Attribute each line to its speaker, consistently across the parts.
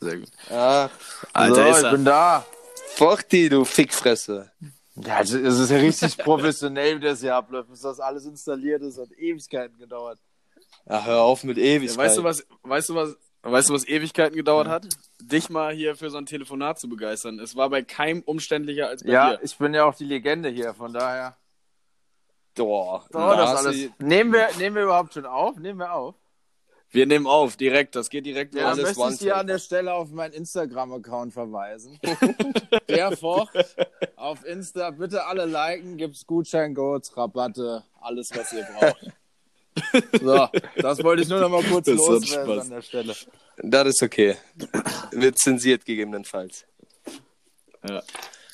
Speaker 1: Sehr gut.
Speaker 2: Ja.
Speaker 1: Alter,
Speaker 2: so,
Speaker 1: ist
Speaker 2: ich
Speaker 1: er.
Speaker 2: bin da. Forti, du Fickfresse. Ja, es ist ja richtig professionell, wie das hier abläuft. Bis das alles installiert ist, hat Ewigkeiten gedauert. Ach, hör auf mit
Speaker 1: Ja,
Speaker 2: Ewigkeiten.
Speaker 1: weißt du was, weißt du was, weißt du was Ewigkeiten gedauert hat? Dich mal hier für so ein Telefonat zu begeistern. Es war bei keinem umständlicher als bei
Speaker 2: Ja,
Speaker 1: dir.
Speaker 2: ich bin ja auch die Legende hier, von daher.
Speaker 1: Boah,
Speaker 2: So,
Speaker 1: da
Speaker 2: das
Speaker 1: hast
Speaker 2: alles.
Speaker 1: du-
Speaker 2: Nehmen wir, nehmen wir überhaupt schon auf? Nehmen wir auf.
Speaker 1: Wir nehmen auf, direkt. Das geht direkt
Speaker 2: Ja, dann
Speaker 1: los.
Speaker 2: möchte ich dir an der Stelle auf meinen Instagram-Account verweisen. der Focht auf Insta. Bitte alle liken, gibt's Gutscheincodes, Rabatte, alles, was ihr braucht. so, das wollte ich nur noch mal kurz
Speaker 1: Das hat
Speaker 2: loswerden
Speaker 1: Spaß.
Speaker 2: an der Stelle.
Speaker 3: Das ist okay. Wird zensiert gegebenenfalls.
Speaker 1: Ja.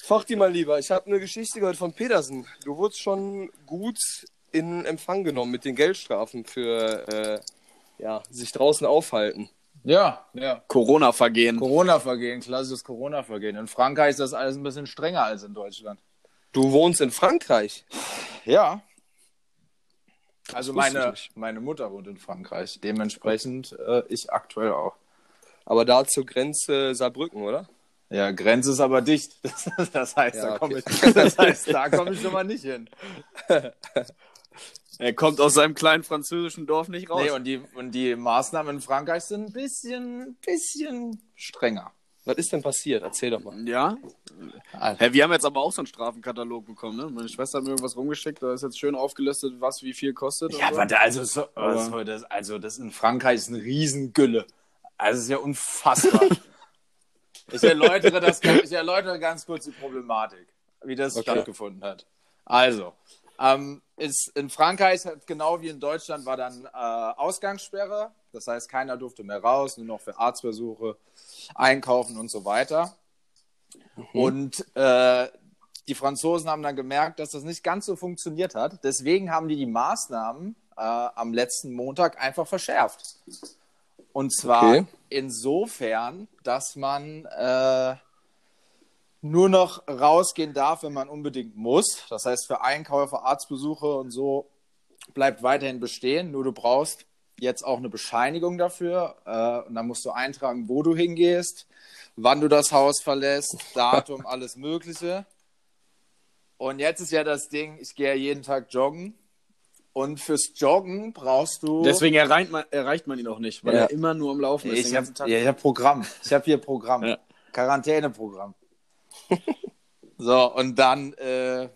Speaker 3: Fochti, mein Lieber, ich habe eine Geschichte gehört von Petersen. Du wurdest schon gut in Empfang genommen mit den Geldstrafen für äh, ja, sich draußen aufhalten.
Speaker 2: Ja, ja.
Speaker 1: Corona-Vergehen.
Speaker 2: Corona-Vergehen, klassisches Corona-Vergehen. In Frankreich ist das alles ein bisschen strenger als in Deutschland.
Speaker 3: Du wohnst in Frankreich.
Speaker 2: Ja. Also
Speaker 3: Das wusste
Speaker 2: meine,
Speaker 3: ich
Speaker 2: meine Mutter wohnt in Frankreich. Dementsprechend äh, ich aktuell auch.
Speaker 3: Aber da zur Grenze Saarbrücken, oder?
Speaker 2: Ja, Grenze ist aber dicht. Das, das heißt,
Speaker 3: Ja,
Speaker 2: da komme
Speaker 3: okay.
Speaker 2: ich, das heißt, da komme ich schon mal nicht hin.
Speaker 1: Er kommt aus seinem kleinen französischen Dorf nicht raus.
Speaker 2: Nee, und die, und die Maßnahmen in Frankreich sind ein bisschen, bisschen strenger.
Speaker 3: Was ist denn passiert? Erzähl doch mal.
Speaker 1: ja? Hä, wir haben jetzt aber auch so einen Strafenkatalog bekommen, ne? Meine Schwester hat mir irgendwas rumgeschickt, da ist jetzt schön aufgelistet, was wie viel kostet. und
Speaker 2: Ja,
Speaker 1: so.
Speaker 2: aber da, also, so,
Speaker 1: Aber-
Speaker 2: so, das, also das in Frankreich ist eine Riesengülle. Also es ist ja unfassbar. ich, erläutere das, ich erläutere ganz kurz die Problematik, wie das
Speaker 3: Okay.
Speaker 2: stattgefunden hat. Also, ähm, ist in Frankreich, hat- genau wie in Deutschland, war dann äh, Ausgangssperre. Das heißt, keiner durfte mehr raus, nur noch für Arztversuche, einkaufen und so weiter. Und äh, die Franzosen haben dann gemerkt, dass das nicht ganz so funktioniert hat. Deswegen haben die die Maßnahmen äh, am letzten Montag einfach verschärft. Und zwar
Speaker 3: Okay.
Speaker 2: insofern, dass man äh, nur noch rausgehen darf, wenn man unbedingt muss. Das heißt, für Einkäufe, Arztbesuche und so bleibt weiterhin bestehen. Nur du brauchst jetzt auch eine Bescheinigung dafür. Äh, und dann musst du eintragen, wo du hingehst, wann du das Haus verlässt, Datum, alles Mögliche. Und jetzt ist ja das Ding, ich gehe ja jeden Tag joggen. Und fürs Joggen brauchst du.
Speaker 1: Deswegen erreicht man, erreicht man ihn auch nicht, weil
Speaker 2: Ja.
Speaker 1: er immer nur am Laufen ist
Speaker 2: Ich
Speaker 1: den
Speaker 2: habe
Speaker 1: ganzen Tag.
Speaker 2: ja, ich hab Programm. Ich habe hier Programm.
Speaker 1: Ja.
Speaker 2: Quarantäneprogramm. so, und dann äh,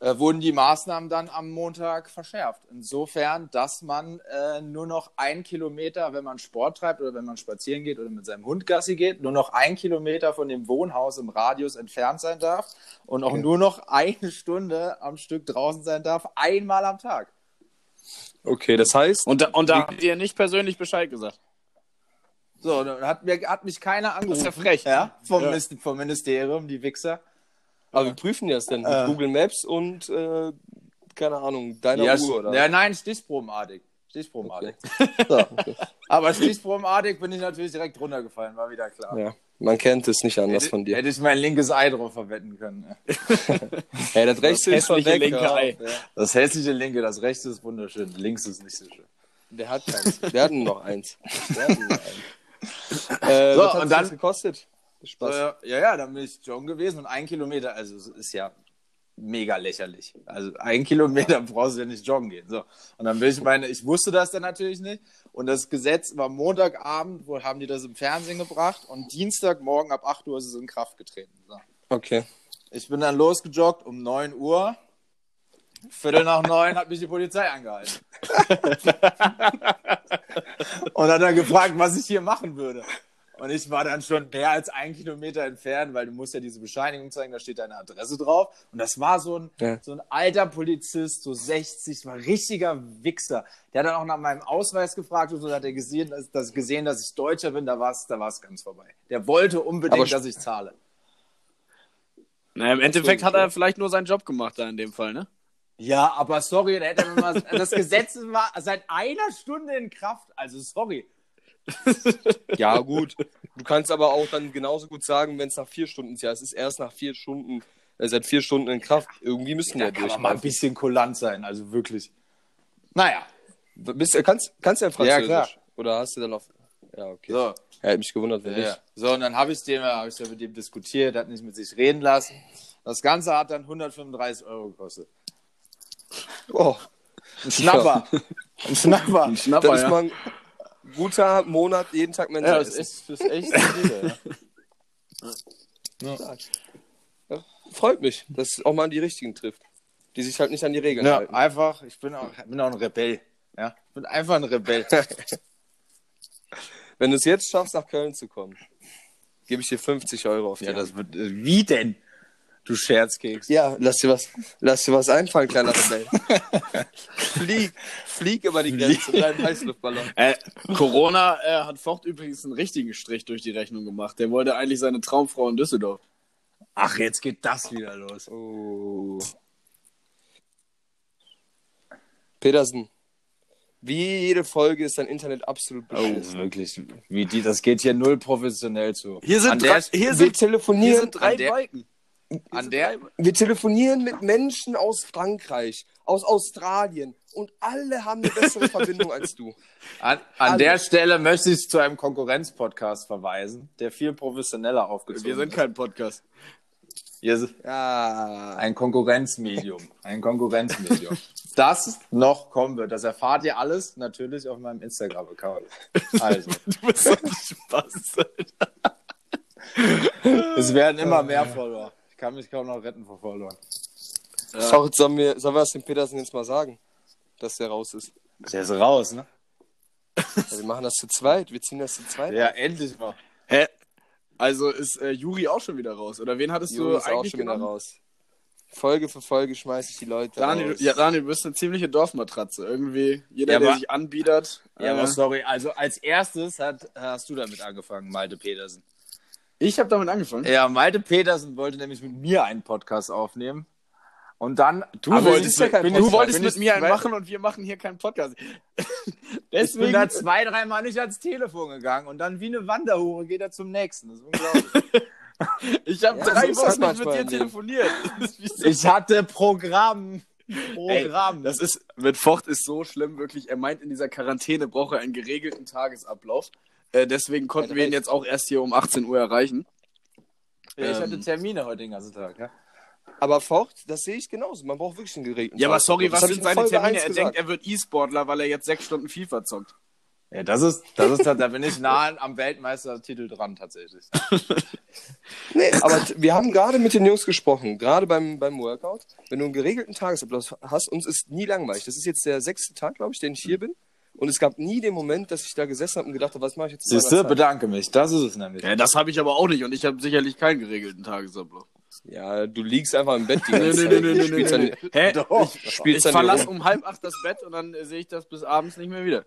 Speaker 2: äh, wurden die Maßnahmen dann am Montag verschärft. Insofern, dass man äh, nur noch ein Kilometer, wenn man Sport treibt oder wenn man spazieren geht oder mit seinem Hund Gassi geht, nur noch ein Kilometer von dem Wohnhaus im Radius entfernt sein darf und auch nur noch eine Stunde am Stück draußen sein darf, einmal am Tag.
Speaker 3: Okay, das heißt,
Speaker 1: Und da, und da habt ihr nicht persönlich Bescheid gesagt.
Speaker 2: So, dann hat, mir, hat mich keiner angerufen.
Speaker 1: Das ist ja frech.
Speaker 2: Ja, vom,
Speaker 1: Ja.
Speaker 2: Minis- vom Ministerium, die Wichser.
Speaker 3: aber wir prüfen das denn mit
Speaker 2: Äh.
Speaker 3: Google Maps und äh, keine Ahnung, deiner
Speaker 2: Ja,
Speaker 3: Uhr oder?
Speaker 2: ja, nein, stichprobenartig. Stichprobenartig. So. Aber stichprobenartig bin ich natürlich direkt runtergefallen, war wieder klar.
Speaker 3: Ja, man kennt es nicht anders von dir.
Speaker 2: Hätte ich mein linkes Ei drauf verwetten können.
Speaker 3: Hey, das rechte ist von
Speaker 1: hässliche
Speaker 3: weg.
Speaker 1: linke
Speaker 3: ja.
Speaker 1: Ei.
Speaker 2: Das hässliche linke, das rechte ist wunderschön, links ist nicht so schön.
Speaker 3: Der hat keins. Wir hatten noch eins. Wir hatten noch eins. äh,
Speaker 2: So,
Speaker 3: was hat
Speaker 2: und
Speaker 3: und
Speaker 2: dann-
Speaker 3: das gekostet? Spaß.
Speaker 2: Äh, ja, ja, dann bin ich joggen gewesen und ein Kilometer, also es ist ja mega lächerlich. Also ein Kilometer brauchst du ja nicht joggen gehen. So. Und dann bin ich meine, ich wusste das dann natürlich nicht. Und das Gesetz war Montagabend, wo haben die das im Fernsehen gebracht und Dienstagmorgen ab 8 Uhr ist es in Kraft getreten. So.
Speaker 3: okay.
Speaker 2: Ich bin dann losgejoggt um 9 Uhr. Viertel nach neun hat mich die Polizei angehalten. und hat dann gefragt, was ich hier machen würde. Und ich war dann schon mehr als einen Kilometer entfernt, weil du musst ja diese Bescheinigung zeigen, da steht deine Adresse drauf. Und das war so ein,
Speaker 3: Ja.
Speaker 2: so ein alter Polizist, so 60, war ein richtiger Wichser. Der hat dann auch nach meinem Ausweis gefragt und so hat er gesehen, dass, dass, gesehen, dass ich Deutscher bin, da war es da war's ganz vorbei. Der wollte unbedingt,
Speaker 3: Aber sch-
Speaker 2: dass ich zahle.
Speaker 1: Na, im Endeffekt hat er vielleicht nur seinen Job gemacht da in dem Fall, ne?
Speaker 2: Ja, aber sorry, da hätte man mal, das Gesetz war seit einer Stunde in Kraft. Also sorry.
Speaker 3: Ja, gut. Du kannst aber auch dann genauso gut sagen, wenn es nach vier Stunden ist. Ja, es ist erst nach vier Stunden, äh, seit vier Stunden in Kraft. Irgendwie müssen wir durch.
Speaker 2: mal ein bisschen kulant sein, also wirklich. Naja.
Speaker 3: Bist, äh, kannst, kannst du ja
Speaker 2: Ja,
Speaker 3: Französisch?
Speaker 2: klar.
Speaker 3: Oder hast du dann auf. Ja, okay.
Speaker 2: So,
Speaker 3: Er hätte mich gewundert, wenn
Speaker 2: ja, ja.
Speaker 3: nicht.
Speaker 2: so und dann habe ich es dem, hab ich's ja mit dem diskutiert, hat nicht mit sich reden lassen. Das Ganze hat dann 135 Euro gekostet.
Speaker 3: Oh,
Speaker 2: Ein Schnapper. Ein Schnapper.
Speaker 1: Ein Schnapper,
Speaker 3: das ist
Speaker 1: ja.
Speaker 3: mal ein guter Monat, jeden Tag Mensch.
Speaker 2: Ja, das
Speaker 3: essen.
Speaker 2: ist, das ist echt solide, ja.
Speaker 3: Freut mich, dass es auch mal an die Richtigen trifft, die sich halt nicht an die Regeln
Speaker 2: Ja,
Speaker 3: halten.
Speaker 2: einfach, ich bin auch, bin auch ein Rebell. Ja, ich bin einfach ein Rebell.
Speaker 3: Wenn du es jetzt schaffst, nach Köln zu kommen, gebe ich dir 50 Euro auf die
Speaker 2: ja,
Speaker 3: Hand.
Speaker 2: das wird. äh, Wie denn? Du Scherzkeks.
Speaker 3: ja lass, dir was, lass dir was einfallen, kleiner Rebell. flieg, flieg über die Grenze mit deinem Heißluftballon.
Speaker 1: Äh, Corona äh, hat Vogt übrigens einen richtigen Strich durch die Rechnung gemacht. Der wollte eigentlich seine Traumfrau in Düsseldorf.
Speaker 2: Ach, jetzt geht das wieder los.
Speaker 3: Oh. Petersen, wie jede Folge ist dein Internet absolut
Speaker 2: Oh,
Speaker 3: beschissen.
Speaker 2: wirklich. Wie die, das geht hier null professionell zu.
Speaker 1: Hier sind
Speaker 2: an der,
Speaker 1: drei- hier
Speaker 3: Wir
Speaker 1: sind-
Speaker 3: telefonieren,
Speaker 2: an der-
Speaker 1: Balken.
Speaker 2: an der,
Speaker 3: Wir telefonieren mit Menschen aus Frankreich, aus Australien und alle haben eine bessere Verbindung als du.
Speaker 2: an, an der Stelle möchte ich zu einem Konkurrenzpodcast verweisen, der viel professioneller aufgezogen
Speaker 1: Wir sind
Speaker 2: ist.
Speaker 1: kein Podcast.
Speaker 2: Wir sind
Speaker 3: Ja.
Speaker 2: ein Konkurrenzmedium. Ein Konkurrenzmedium. das noch kommen wird. Das erfahrt ihr alles natürlich auf meinem Instagram-Account. Also.
Speaker 1: Du bist so ein Spaß.
Speaker 2: Es werden immer mehr Follower. Ich kann mich kaum noch retten vor Followern.
Speaker 3: Sorry, sollen wir, sollen wir das dem Petersen jetzt mal sagen, dass der raus ist?
Speaker 2: Der ist raus, ne?
Speaker 3: Ja, wir machen das zu zweit, wir ziehen das zu zweit.
Speaker 2: Ja, endlich mal.
Speaker 1: Hä? Also ist äh, Juri auch schon wieder raus? Oder wen hattest
Speaker 3: Juri
Speaker 1: du
Speaker 3: ist auch
Speaker 1: eigentlich
Speaker 3: schon wieder
Speaker 1: genommen?
Speaker 3: raus. Folge für Folge schmeiße ich die Leute
Speaker 1: Daniel,
Speaker 3: raus.
Speaker 1: ja, Daniel, du bist eine ziemliche Dorfmatratze. Irgendwie jeder,
Speaker 2: Ja,
Speaker 1: der
Speaker 2: aber-
Speaker 1: sich anbietet.
Speaker 2: Ja, aber
Speaker 1: äh,
Speaker 2: sorry. Also als erstes hat, hast du damit angefangen, Malte Petersen.
Speaker 1: ich habe damit angefangen.
Speaker 2: Ja, Malte Petersen wollte nämlich mit mir einen Podcast aufnehmen. Und dann, du
Speaker 1: wolltest mit-
Speaker 2: bin
Speaker 1: du
Speaker 2: ich-
Speaker 1: wolltest
Speaker 2: bin
Speaker 1: mit
Speaker 2: ich
Speaker 1: mir einen
Speaker 2: zwei-
Speaker 1: machen und wir machen hier keinen Podcast.
Speaker 2: Ich bin
Speaker 1: Deswegen,
Speaker 2: da zwei, dreimal nicht ans Telefon gegangen und dann wie eine Wanderhure geht er zum nächsten. Das ist unglaublich.
Speaker 1: ich habe
Speaker 3: Ja, so
Speaker 1: drei
Speaker 3: ist
Speaker 1: Wochen nicht mit
Speaker 3: das manchmal
Speaker 1: dir
Speaker 3: im Leben.
Speaker 1: telefoniert. Das ist wie so-
Speaker 2: ich hatte Programm.
Speaker 1: Ey,
Speaker 2: Programm.
Speaker 1: das ist, mit Vocht ist so schlimm, wirklich. Er meint, in dieser Quarantäne braucht er einen geregelten Tagesablauf. Äh, deswegen konnten
Speaker 3: Hat
Speaker 1: wir ihn
Speaker 3: recht.
Speaker 1: jetzt auch erst hier um 18 Uhr erreichen.
Speaker 2: Ja, ich hatte
Speaker 1: ähm,
Speaker 2: Termine heute den ganzen Tag. Ja.
Speaker 3: Aber Fort, das sehe ich genauso. Man braucht wirklich einen geregelten
Speaker 1: Ja, aber
Speaker 3: Tag.
Speaker 1: sorry,
Speaker 3: Das
Speaker 1: was
Speaker 3: habe ich
Speaker 1: sind
Speaker 3: in
Speaker 1: seine
Speaker 3: Folge
Speaker 1: Termine?
Speaker 3: eins
Speaker 1: Er
Speaker 3: gesagt.
Speaker 1: denkt, er wird E-Sportler, weil er jetzt sechs Stunden FIFA zockt.
Speaker 2: Ja, das ist, das ist, halt, da bin ich nah am Weltmeistertitel dran, tatsächlich.
Speaker 3: Nee, aber t- wir haben gerade mit den Jungs gesprochen, gerade beim, beim Workout. Wenn du einen geregelten Tagesablauf hast, uns ist nie langweilig. Das ist jetzt der sechste Tag, glaube ich, den ich hier bin. Und es gab nie den Moment, dass ich da gesessen habe und gedacht habe, was mache ich jetzt? mit
Speaker 2: Siehst du,
Speaker 3: meiner Zeit?
Speaker 2: bedanke mich. Das ist es nämlich.
Speaker 1: Ja, das habe ich aber auch nicht und ich habe sicherlich keinen geregelten Tagesablauf.
Speaker 3: Ja, du liegst einfach im Bett die
Speaker 1: Nö,
Speaker 3: ganze
Speaker 1: nö,
Speaker 3: Zeit.
Speaker 1: nö, nö, nö,
Speaker 3: Spielst
Speaker 1: nö,
Speaker 3: dann-
Speaker 1: nö. Hä?
Speaker 2: Doch.
Speaker 1: Ich
Speaker 3: Spielst dann
Speaker 1: verlasse
Speaker 3: rum.
Speaker 1: um halb acht das Bett und dann äh, sehe ich das bis abends nicht mehr wieder.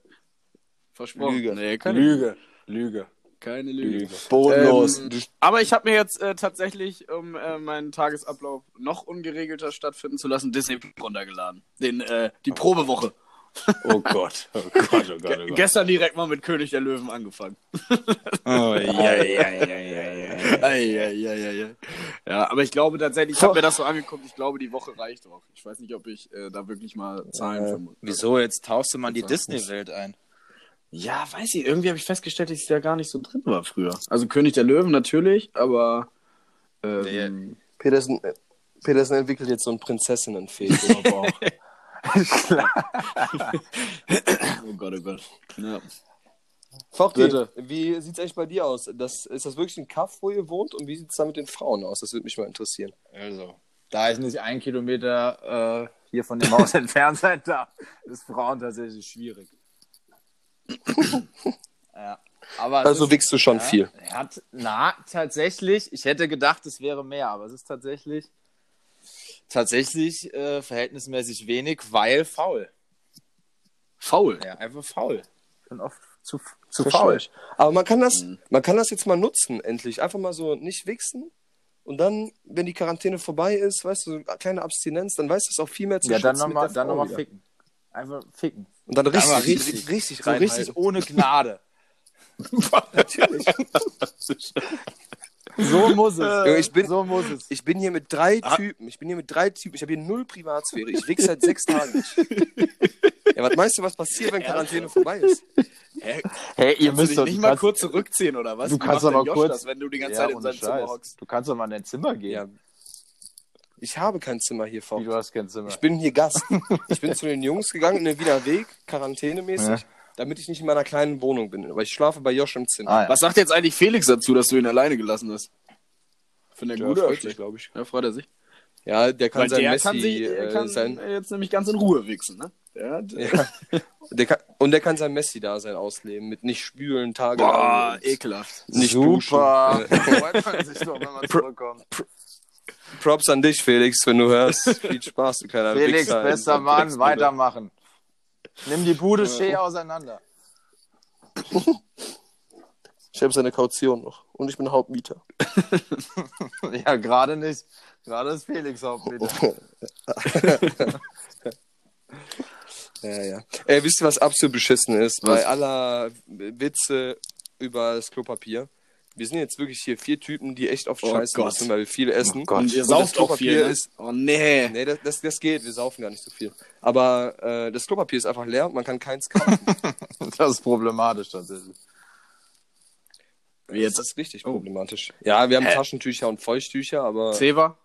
Speaker 1: Versprochen.
Speaker 3: Lüge.
Speaker 1: Nee, keine Lüge.
Speaker 2: Lüge, Lüge,
Speaker 1: Keine Lüge.
Speaker 2: Lüge. Bodenlos.
Speaker 1: Ähm, aber ich habe mir jetzt äh, tatsächlich, um äh, meinen Tagesablauf noch ungeregelter stattfinden zu lassen, Disney Plus runtergeladen. Den, äh, die Probewoche.
Speaker 2: oh Gott, oh Gott, oh Gott, oh Gott.
Speaker 1: Gestern direkt mal mit König der Löwen angefangen.
Speaker 2: Oh, ja, ja, ja, ja, ja.
Speaker 1: Eieieiei. ja, aber ich glaube tatsächlich, ich habe mir das so angeguckt, ich glaube, die Woche reicht auch. Ich weiß nicht, ob ich äh, da wirklich mal
Speaker 2: Äh.
Speaker 1: Zahlen für muss.
Speaker 2: Wieso, jetzt tauchst du mal in die
Speaker 1: Das weiß ich
Speaker 2: Disney-Welt ein.
Speaker 1: Ja, weiß ich. Irgendwie habe ich festgestellt, dass ich da gar nicht so drin war früher. Also König der Löwen natürlich, aber. Ähm,
Speaker 3: Petersen, äh, Petersen entwickelt jetzt so einen Prinzessinnenfetisch. im Bauch.
Speaker 1: Oh Gott, oh Gott. Ja.
Speaker 3: Fochti,
Speaker 1: Bitte.
Speaker 3: wie sieht's eigentlich bei dir aus? Das, ist das wirklich ein Kaff, wo ihr wohnt? Und wie sieht's da mit den Frauen aus? Das würde mich mal interessieren.
Speaker 2: Also, da ich nicht einen Kilometer äh, hier von dem Haus entfernt sein darf, ist Frauen tatsächlich schwierig. ja. Aber es
Speaker 3: Also
Speaker 2: ist-
Speaker 3: wickst du schon
Speaker 2: Ja,
Speaker 3: viel.
Speaker 2: er Hat, na, tatsächlich, ich hätte gedacht, es wäre mehr, aber es ist tatsächlich tatsächlich äh, verhältnismäßig wenig, weil faul.
Speaker 1: Faul.
Speaker 2: Ja, einfach faul. Ich bin oft zu, zu
Speaker 3: Verstehe
Speaker 2: faul.
Speaker 3: ich. Aber man kann, das,
Speaker 2: Mhm.
Speaker 3: man kann das jetzt mal nutzen, endlich. Einfach mal so nicht wichsen und dann, wenn die Quarantäne vorbei ist, weißt du, so eine kleine Abstinenz, dann weißt du es auch viel mehr zu
Speaker 2: Ja, dann
Speaker 3: schätzen mit
Speaker 2: nochmal
Speaker 3: der
Speaker 2: dann
Speaker 3: Frau
Speaker 2: noch mal
Speaker 3: wieder.
Speaker 2: ficken. Einfach ficken.
Speaker 3: Und dann richtig,
Speaker 2: Einmal
Speaker 3: richtig, richtig
Speaker 2: so
Speaker 3: rein.
Speaker 2: richtig ohne Gnade.
Speaker 3: Natürlich.
Speaker 2: So muss es.
Speaker 3: Junge, Äh, ich bin-
Speaker 2: so muss es.
Speaker 3: Ich bin hier mit drei
Speaker 2: Ah.
Speaker 3: Typen. Ich bin hier mit drei Typen. Ich habe hier null Privatsphäre. Ich wichse seit sechs Tagen nicht. Ja, was meinst du, was passiert, wenn Quarantäne vorbei ist?
Speaker 1: Hä?
Speaker 2: Hey, ihr
Speaker 1: Kannst du
Speaker 2: müsst
Speaker 1: dich
Speaker 2: doch
Speaker 1: nicht
Speaker 2: du
Speaker 1: mal
Speaker 2: kannst-
Speaker 1: kurz zurückziehen, oder was?
Speaker 2: Du
Speaker 1: Wie
Speaker 2: kannst
Speaker 1: macht denn
Speaker 2: aber
Speaker 1: Josh
Speaker 2: kurz-
Speaker 1: Das, wenn du die ganze
Speaker 2: ja,
Speaker 1: Zeit in
Speaker 2: ohne
Speaker 1: seinem Zimmer
Speaker 2: Scheiß.
Speaker 1: hockst.
Speaker 2: Du kannst doch mal in dein Zimmer gehen.
Speaker 3: Ja. Ich habe kein Zimmer hier vor.
Speaker 2: Wie, du hast kein Zimmer.
Speaker 3: Ich bin hier Gast. Ich bin zu den Jungs gegangen in den Wiener Weg, quarantänemäßig, damit ich nicht in meiner kleinen Wohnung bin. Aber ich schlafe bei Josh im Zimmer.
Speaker 2: Ah, ja.
Speaker 1: Was sagt jetzt eigentlich Felix dazu, dass du ihn alleine gelassen hast? Finde
Speaker 3: Der
Speaker 1: er gut oder
Speaker 3: freut sich,
Speaker 1: schlecht?
Speaker 3: glaube ich.
Speaker 1: Ja, freut er sich.
Speaker 3: Ja, der kann
Speaker 1: Weil
Speaker 3: sein
Speaker 1: der
Speaker 3: Messi
Speaker 1: kann, sich,
Speaker 3: äh,
Speaker 1: er kann
Speaker 3: sein.
Speaker 1: jetzt nämlich ganz in Ruhe wichsen, ne? Der hat,
Speaker 3: Ja. Der kann, und der kann sein Messi-Dasein ausleben mit nicht spülen, tagelang.
Speaker 1: Boah,
Speaker 3: und
Speaker 1: ekelhaft.
Speaker 3: nicht
Speaker 2: Super.
Speaker 3: duschen.
Speaker 2: Freut man sich doch, wenn man zurückkommt.
Speaker 3: Äh, Props an dich, Felix, wenn du hörst. Viel Spaß, du kleiner
Speaker 2: Felix,
Speaker 3: Wichser.
Speaker 2: bester
Speaker 3: Ein-
Speaker 2: Mann,
Speaker 3: Drecksbude.
Speaker 2: weitermachen.
Speaker 4: Nimm die Bude schee auseinander.
Speaker 3: Ich habe seine Kaution noch. Und ich bin Hauptmieter.
Speaker 2: Ja, gerade nicht. Gerade ist Felix Hauptmieter.
Speaker 3: Ja, ja. Ey, wisst ihr, was absolut beschissen ist?
Speaker 1: Was?
Speaker 3: Bei aller Witze über das Klopapier. Wir sind jetzt wirklich hier vier Typen, die echt oft
Speaker 1: Oh
Speaker 3: scheißen
Speaker 1: Gott.
Speaker 3: müssen, weil wir viel essen.
Speaker 2: Gott.
Speaker 1: Und ihr
Speaker 3: Und
Speaker 1: sauft
Speaker 3: das
Speaker 1: auch viel,
Speaker 3: Klopapier
Speaker 1: ne?
Speaker 3: ist-
Speaker 1: Oh, nee.
Speaker 3: Nee, das, das, das geht, wir saufen gar nicht so viel. Aber äh, das Klopapier ist einfach leer und man kann keins kaufen.
Speaker 2: Das ist problematisch tatsächlich.
Speaker 1: Wie jetzt?
Speaker 3: Das ist richtig
Speaker 1: Oh.
Speaker 3: problematisch. Ja, wir haben
Speaker 1: Hä?
Speaker 3: Taschentücher und Feuchttücher, aber
Speaker 1: Zewa?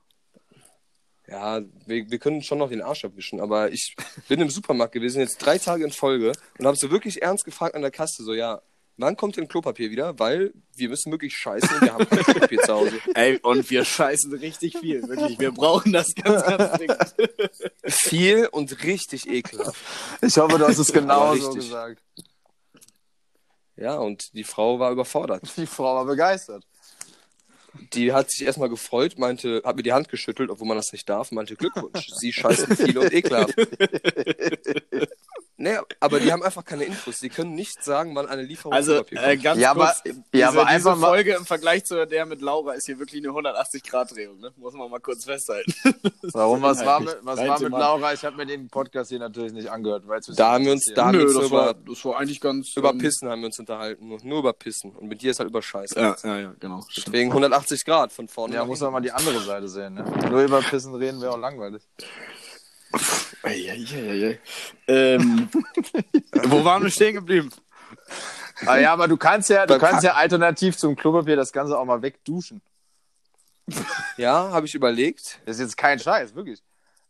Speaker 3: ja, wir, wir können schon noch den Arsch abwischen. Aber ich bin im Supermarkt gewesen, jetzt drei Tage in Folge und habe so wirklich ernst gefragt an der Kasse, so ja, wann kommt denn Klopapier wieder? Weil wir müssen wirklich scheißen und wir haben kein Klopapier zu Hause.
Speaker 1: Ey, und wir scheißen richtig viel, wirklich. Wir brauchen das ganz, ganz dringend.
Speaker 3: Viel und richtig ekelhaft.
Speaker 2: Ich hoffe, du hast es
Speaker 3: Aber
Speaker 2: genauso
Speaker 3: richtig.
Speaker 2: gesagt.
Speaker 3: Ja, und die Frau war überfordert.
Speaker 2: Die Frau war begeistert.
Speaker 3: Die hat sich erstmal gefreut, meinte, hat mir die Hand geschüttelt, obwohl man das nicht darf, meinte Glückwunsch, sie scheißen viel und ekelhaft. Naja, aber die haben einfach keine Infos. Sie können nicht sagen, wann eine Lieferung
Speaker 1: Also,
Speaker 3: Klopapier
Speaker 1: äh,
Speaker 3: kommt.
Speaker 1: ganz
Speaker 2: Ja, aber-
Speaker 1: kurz,
Speaker 2: ja,
Speaker 1: diese,
Speaker 2: aber einfach
Speaker 1: diese
Speaker 2: mal-
Speaker 1: Folge im Vergleich zu der mit Laura ist hier wirklich eine 180-Grad-Drehung, ne? Muss man mal kurz festhalten.
Speaker 2: Warum? Was war
Speaker 1: inhaltlich.
Speaker 2: mit, was
Speaker 1: Rein
Speaker 2: war mit
Speaker 1: thematisch.
Speaker 2: Laura? Ich habe mir den Podcast hier natürlich nicht angehört. Weil es
Speaker 3: Da haben wir uns- da haben wir uns
Speaker 1: das
Speaker 3: über-
Speaker 1: war, das war eigentlich ganz...
Speaker 3: über
Speaker 1: ähm,
Speaker 3: Pissen haben wir uns unterhalten. Nur, nur über Pissen. Und mit dir ist halt über Scheiße.
Speaker 1: Ja, ja, ja, genau.
Speaker 3: Deswegen 180 Grad von vorne.
Speaker 2: Ja,
Speaker 3: nach
Speaker 2: muss
Speaker 3: hinten.
Speaker 2: man mal die andere Seite sehen. Ne? Nur über Pissen reden wäre auch langweilig.
Speaker 1: Eieieiei. Ähm, wo waren wir stehen geblieben?
Speaker 2: Ah, ja, aber du kannst ja, du
Speaker 3: Beim
Speaker 2: kannst ja alternativ zum Klopapier das Ganze auch mal wegduschen.
Speaker 3: ja, habe ich überlegt.
Speaker 2: Das ist jetzt kein Scheiß, wirklich.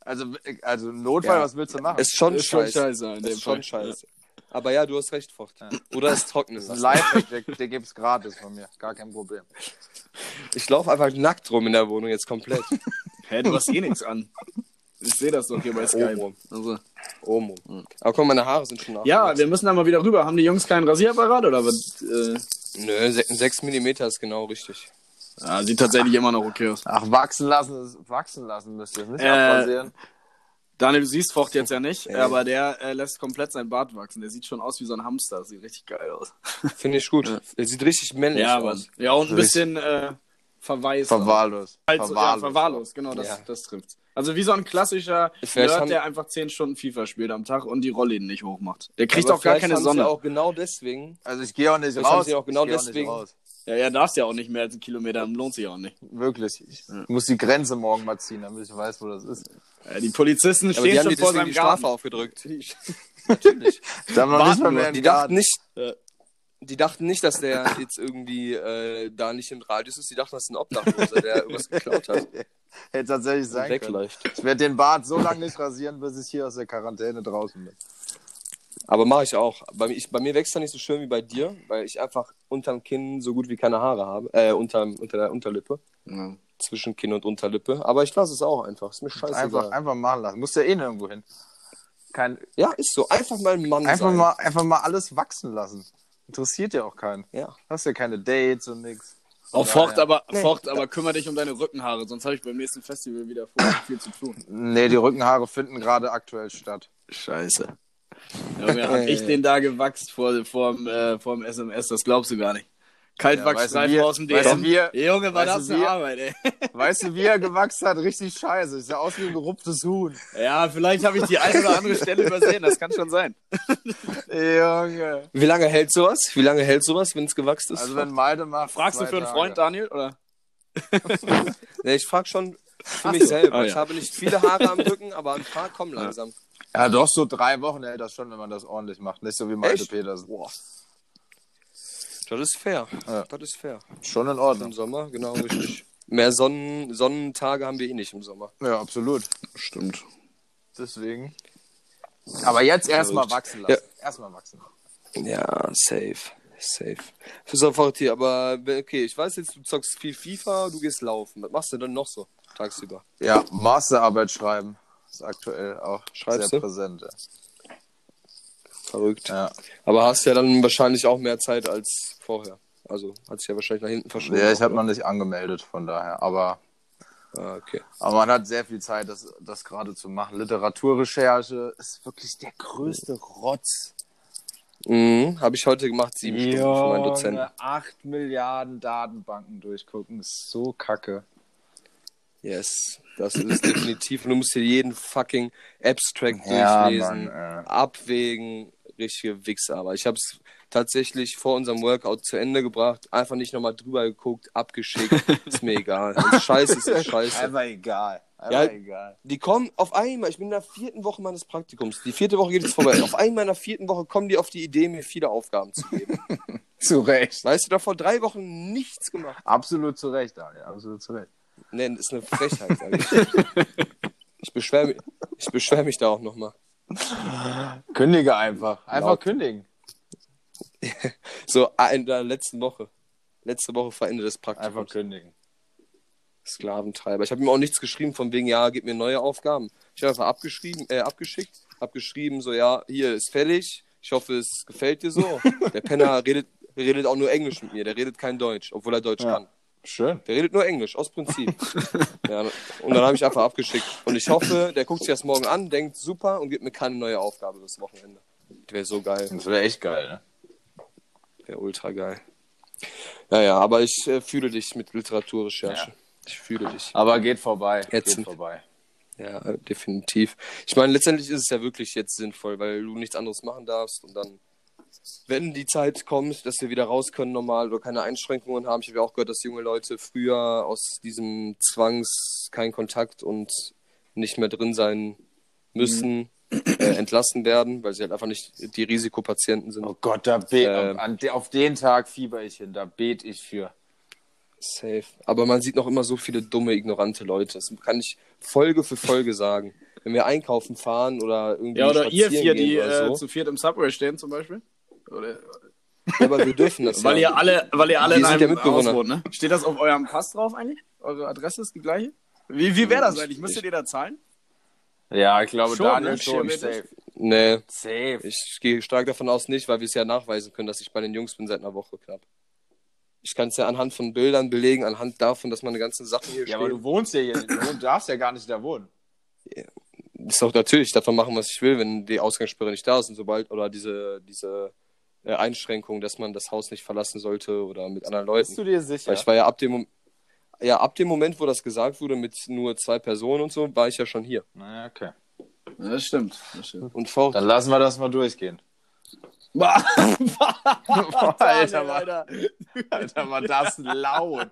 Speaker 2: Also, also im Notfall,
Speaker 3: Ja.
Speaker 2: was willst du machen?
Speaker 3: Ist schon scheiße.
Speaker 1: in
Speaker 3: ist schon scheiße. Aber ja, du hast recht, Vocht. Oder es trocknet.
Speaker 2: Das ist ein Lifehack, der, der gibt's gratis von mir. Gar kein Problem.
Speaker 3: Ich laufe einfach nackt rum in der Wohnung jetzt komplett.
Speaker 1: Hä, du hast eh nichts an. Ich sehe das doch hier bei Skype.
Speaker 3: Oben.
Speaker 1: Also.
Speaker 3: Oben. rum. Aber guck mal, meine Haare sind schon nach.
Speaker 1: Hm. Ja, wir müssen da mal wieder rüber. Haben die Jungs keinen Rasierapparat oder was? Äh,
Speaker 3: Nö, 6 mm ist genau richtig.
Speaker 1: ah, sieht tatsächlich immer noch okay aus.
Speaker 2: Ach, wachsen lassen, ist, wachsen lassen müsst ihr. Nicht
Speaker 1: Äh,
Speaker 2: abrasieren.
Speaker 1: Daniel, du siehst Vocht jetzt ja nicht, aber der äh, lässt komplett sein Bart wachsen. Der sieht schon aus wie so ein Hamster. Das sieht richtig geil aus.
Speaker 3: Finde ich gut. Er sieht richtig männlich
Speaker 1: Ja,
Speaker 3: aus.
Speaker 1: Mann. Ja, und ein bisschen äh, verweist.
Speaker 2: Verwahrlos.
Speaker 1: Also, Ja, verwahrlost, genau, das,
Speaker 3: Ja.
Speaker 1: das trifft. Also wie so ein klassischer
Speaker 3: Vielleicht
Speaker 1: Nerd,
Speaker 3: haben-
Speaker 1: der einfach 10 Stunden FIFA spielt am Tag und die Rollläden nicht hochmacht. Der kriegt
Speaker 3: Aber
Speaker 1: auch gar
Speaker 3: vielleicht
Speaker 1: keine
Speaker 3: haben
Speaker 1: Sonne.
Speaker 3: Sie auch genau deswegen.
Speaker 2: Also ich gehe auch nicht
Speaker 3: Das haben
Speaker 2: raus.
Speaker 3: sie auch genau
Speaker 2: ich geh
Speaker 3: deswegen-
Speaker 2: Auch nicht raus.
Speaker 1: Ja, ja, darfst ja auch nicht mehr als einen Kilometer, lohnt sich auch nicht.
Speaker 2: Wirklich. Ich muss die Grenze morgen mal ziehen, damit ich weiß, wo das ist.
Speaker 1: Äh, Die Polizisten
Speaker 3: Aber die
Speaker 1: stehen
Speaker 3: haben
Speaker 1: schon
Speaker 3: dir
Speaker 1: vor
Speaker 3: deswegen
Speaker 1: seinem
Speaker 3: die Strafe
Speaker 1: Garten.
Speaker 3: aufgedrückt.
Speaker 2: Ich darf noch nicht mal
Speaker 1: Warten
Speaker 2: mehr in
Speaker 3: Die
Speaker 2: den
Speaker 3: dachten
Speaker 2: Garten.
Speaker 3: nicht, die dachten nicht, dass der jetzt irgendwie äh, da nicht im Radius ist. Die dachten, das ist ein Obdachloser, der irgendwas geklaut hat.
Speaker 2: Hätte tatsächlich sein können.
Speaker 3: Wegläuft.
Speaker 2: Ich werde den Bart so lange nicht rasieren, bis ich hier aus der Quarantäne draußen bin.
Speaker 3: Aber mache ich auch. Bei, mir- ich, bei mir wächst er nicht so schön wie bei dir, weil ich einfach unterm Kinn so gut wie keine Haare habe. Äh, unterm, unter der Unterlippe.
Speaker 1: Ja.
Speaker 3: Zwischen Kinn und Unterlippe. Aber ich lasse es auch einfach. Ist mir scheißegal.
Speaker 2: Einfach, einfach machen lassen. Muss ja eh nirgendwo hin. Kein,
Speaker 3: Ja, ist so. Einfach mal ein Mann
Speaker 2: einfach,
Speaker 3: sein.
Speaker 2: mal, einfach mal alles wachsen lassen. Interessiert ja auch keinen.
Speaker 3: Ja.
Speaker 2: Hast ja keine Dates und nix.
Speaker 1: Auch
Speaker 2: Ja,
Speaker 1: Focht,
Speaker 2: ja.
Speaker 1: aber, Focht, aber kümmere dich um deine Rückenhaare, sonst habe ich beim nächsten Festival wieder vor, viel zu tun.
Speaker 2: Nee, die Rückenhaare finden gerade aktuell statt.
Speaker 1: Scheiße. Junge, hab ich den da gewachst vor, vor, dem, äh, vor dem SMS, das glaubst du gar nicht. Kaltwachsstreifen
Speaker 2: Ja,
Speaker 1: aus dem
Speaker 2: weißt du, wir-
Speaker 1: DM.
Speaker 2: weißt du, wir-
Speaker 1: Junge, war
Speaker 2: weißt du,
Speaker 1: das eine
Speaker 2: wir-
Speaker 1: Arbeit, ey.
Speaker 2: Weißt du, wie er gewachsen hat? Richtig scheiße. Ist ja aus wie ein gerupftes Huhn.
Speaker 1: Ja, vielleicht habe ich die eine oder andere Stelle übersehen, das kann schon sein.
Speaker 2: Junge.
Speaker 3: Wie lange hält sowas? Wie lange hält sowas, wenn es gewachsen ist?
Speaker 2: Also wenn Malte macht.
Speaker 1: Fragst du
Speaker 2: zwei
Speaker 1: für einen
Speaker 2: Tage.
Speaker 1: Freund, Daniel? Oder?
Speaker 3: nee, ich frage schon für mich selber.
Speaker 1: Ah, ja.
Speaker 3: Ich habe nicht viele Haare am Rücken, aber ein paar kommen langsam.
Speaker 2: Ja, doch, so drei Wochen hält das schon, wenn man das ordentlich macht. Nicht so wie Malte
Speaker 3: Echt?
Speaker 2: Petersen.
Speaker 3: Das ist fair.
Speaker 2: Ja.
Speaker 3: Das ist fair.
Speaker 2: Schon in
Speaker 3: Im
Speaker 2: Ordnung.
Speaker 3: Sommer, genau, richtig. Mehr Sonnen Sonnentage haben wir eh nicht im Sommer.
Speaker 2: Ja, absolut.
Speaker 1: Stimmt.
Speaker 2: Deswegen. Aber jetzt erstmal
Speaker 3: Verrückt.
Speaker 2: wachsen lassen. Erstmal wachsen.
Speaker 3: Ja, safe. Safe. Für sofort hier, aber okay, ich weiß jetzt, du zockst viel FIFA, du gehst laufen. Was machst du denn noch so tagsüber?
Speaker 2: Ja, Masterarbeit schreiben. Ist aktuell auch
Speaker 3: Schreibst
Speaker 2: sehr
Speaker 3: du?
Speaker 2: präsent.
Speaker 3: Verrückt.
Speaker 2: Ja.
Speaker 3: Aber hast ja dann wahrscheinlich auch mehr Zeit als vorher. Also hat sich ja wahrscheinlich nach hinten
Speaker 2: Ja,
Speaker 3: verschoben.
Speaker 2: ja ich habe
Speaker 3: oder?
Speaker 2: noch nicht angemeldet, von daher. Aber
Speaker 3: Ah, okay.
Speaker 2: Aber man hat sehr viel Zeit, das, das gerade zu machen. Literaturrecherche ist wirklich der größte Rotz.
Speaker 3: Mhm, habe ich heute gemacht, sieben Stunden für meinen Dozenten.
Speaker 2: 8 Milliarden Datenbanken durchgucken, ist so kacke.
Speaker 3: Yes, das ist es definitiv. Und du musst hier jeden fucking Abstract
Speaker 2: Ja,
Speaker 3: durchlesen,
Speaker 2: Mann, äh.
Speaker 3: abwägen, richtige Wichsarbeit. Ich habe es tatsächlich vor unserem Workout zu Ende gebracht, einfach nicht nochmal drüber geguckt, abgeschickt, ist mir egal. Wenn's scheiße ist, ist scheiße.
Speaker 2: Einfach egal. Einfach
Speaker 3: Ja.
Speaker 2: egal.
Speaker 3: Die kommen auf einmal, ich bin in der vierten Woche meines Praktikums, die vierte Woche geht es vorbei, auf einmal in der vierten Woche kommen die auf die Idee, mir viele Aufgaben zu geben.
Speaker 2: Zu Recht.
Speaker 3: Weißt du, da vor drei Wochen nichts gemacht.
Speaker 2: Absolut zu Recht, Daniel. Absolut zu Recht.
Speaker 3: Nein, ist eine Frechheit, sag ich. Ich beschwere mich, ich beschwer mich da auch nochmal.
Speaker 2: Kündige einfach. Einfach
Speaker 3: Laut.
Speaker 2: kündigen.
Speaker 3: So, ah, in der letzten Woche. Letzte Woche vor Ende des
Speaker 2: Einfach
Speaker 3: Praktikums.
Speaker 2: kündigen.
Speaker 3: Sklaventreiber. Ich habe ihm auch nichts geschrieben von wegen, ja, gib mir neue Aufgaben. Ich habe einfach abgeschrieben, äh, abgeschickt, hab geschrieben, so, ja, hier ist fällig. Ich hoffe, es gefällt dir so. Der Penner redet, redet auch nur Englisch mit mir. Der redet kein Deutsch, obwohl er Deutsch kann.
Speaker 2: Schön.
Speaker 3: Der redet nur Englisch, aus Prinzip. ja, und dann habe ich einfach abgeschickt. Und ich hoffe, der guckt sich das morgen an, denkt super und gibt mir keine neue Aufgabe bis Wochenende. Wäre so geil.
Speaker 2: Das wäre echt geil, ne?
Speaker 3: Wäre ultra geil. Ja, ja, aber ich äh, fühle dich mit Literaturrecherche. Ich fühle dich.
Speaker 2: Aber geht vorbei.
Speaker 3: Ätzend.
Speaker 2: Geht vorbei.
Speaker 3: Ja, äh, definitiv. Ich meine, letztendlich ist es ja wirklich jetzt sinnvoll, weil du nichts anderes machen darfst und dann, wenn die Zeit kommt, dass wir wieder raus können normal oder keine Einschränkungen haben. Ich habe ja auch gehört, dass junge Leute früher aus diesem Zwangs kein Kontakt und nicht mehr drin sein müssen,
Speaker 1: Mhm.
Speaker 3: äh, entlassen werden, weil sie halt einfach nicht die Risikopatienten sind.
Speaker 2: Oh Gott, da bet,
Speaker 3: Ähm.
Speaker 2: an, auf den Tag fieber ich hin. Da bet ich für.
Speaker 3: Safe. Aber man sieht noch immer so viele dumme, ignorante Leute. Das kann ich Folge für Folge sagen. Wenn wir einkaufen fahren oder irgendwie.
Speaker 1: Ja, oder ihr
Speaker 3: spazieren
Speaker 1: vier,
Speaker 3: gehen
Speaker 1: die
Speaker 3: oder
Speaker 1: äh, zu viert im Subway stehen zum Beispiel. Oder,
Speaker 3: Ja, aber wir dürfen das
Speaker 1: weil
Speaker 3: ja.
Speaker 1: ihr alle, weil ihr alle
Speaker 3: Wir
Speaker 1: in
Speaker 3: sind
Speaker 1: einem
Speaker 3: ja Mitbewohner.
Speaker 1: Haus wohnt, ne? Steht das auf eurem Pass drauf eigentlich? Eure Adresse ist die gleiche? Wie, wie wäre das eigentlich? Müsstet ihr da zahlen?
Speaker 2: Ja, ich glaube,
Speaker 1: Schon,
Speaker 2: Daniel
Speaker 1: ne?
Speaker 2: schon.
Speaker 1: Theoretisch.
Speaker 2: Safe.
Speaker 3: Nee,
Speaker 2: Safe.
Speaker 3: ich gehe stark davon aus nicht, weil wir es ja nachweisen können, dass ich bei den Jungs bin seit einer Woche knapp. Ich kann es ja anhand von Bildern belegen, anhand davon, dass meine ganzen Sachen hier
Speaker 2: ja, aber
Speaker 3: stehen.
Speaker 2: du wohnst ja hier. Du wohn- darfst ja gar nicht da wohnen.
Speaker 3: Ist doch natürlich, ich darf doch machen, was ich will, wenn die Ausgangssperre nicht da ist und sobald, oder diese, diese äh, Einschränkung, dass man das Haus nicht verlassen sollte oder mit anderen Leuten.
Speaker 2: Bist du dir sicher?
Speaker 3: Weil ich war ja ab dem Mom- ja, ab dem Moment, wo das gesagt wurde, mit nur zwei Personen und so, war ich ja schon hier.
Speaker 2: Na, okay.
Speaker 1: Ja, das stimmt. Das stimmt.
Speaker 3: Und vor,
Speaker 2: Dann lassen wir das mal durchgehen.
Speaker 1: Bah,
Speaker 2: Boah,
Speaker 1: Alter,
Speaker 2: Alter, war,
Speaker 1: Alter.
Speaker 2: Alter, war das laut.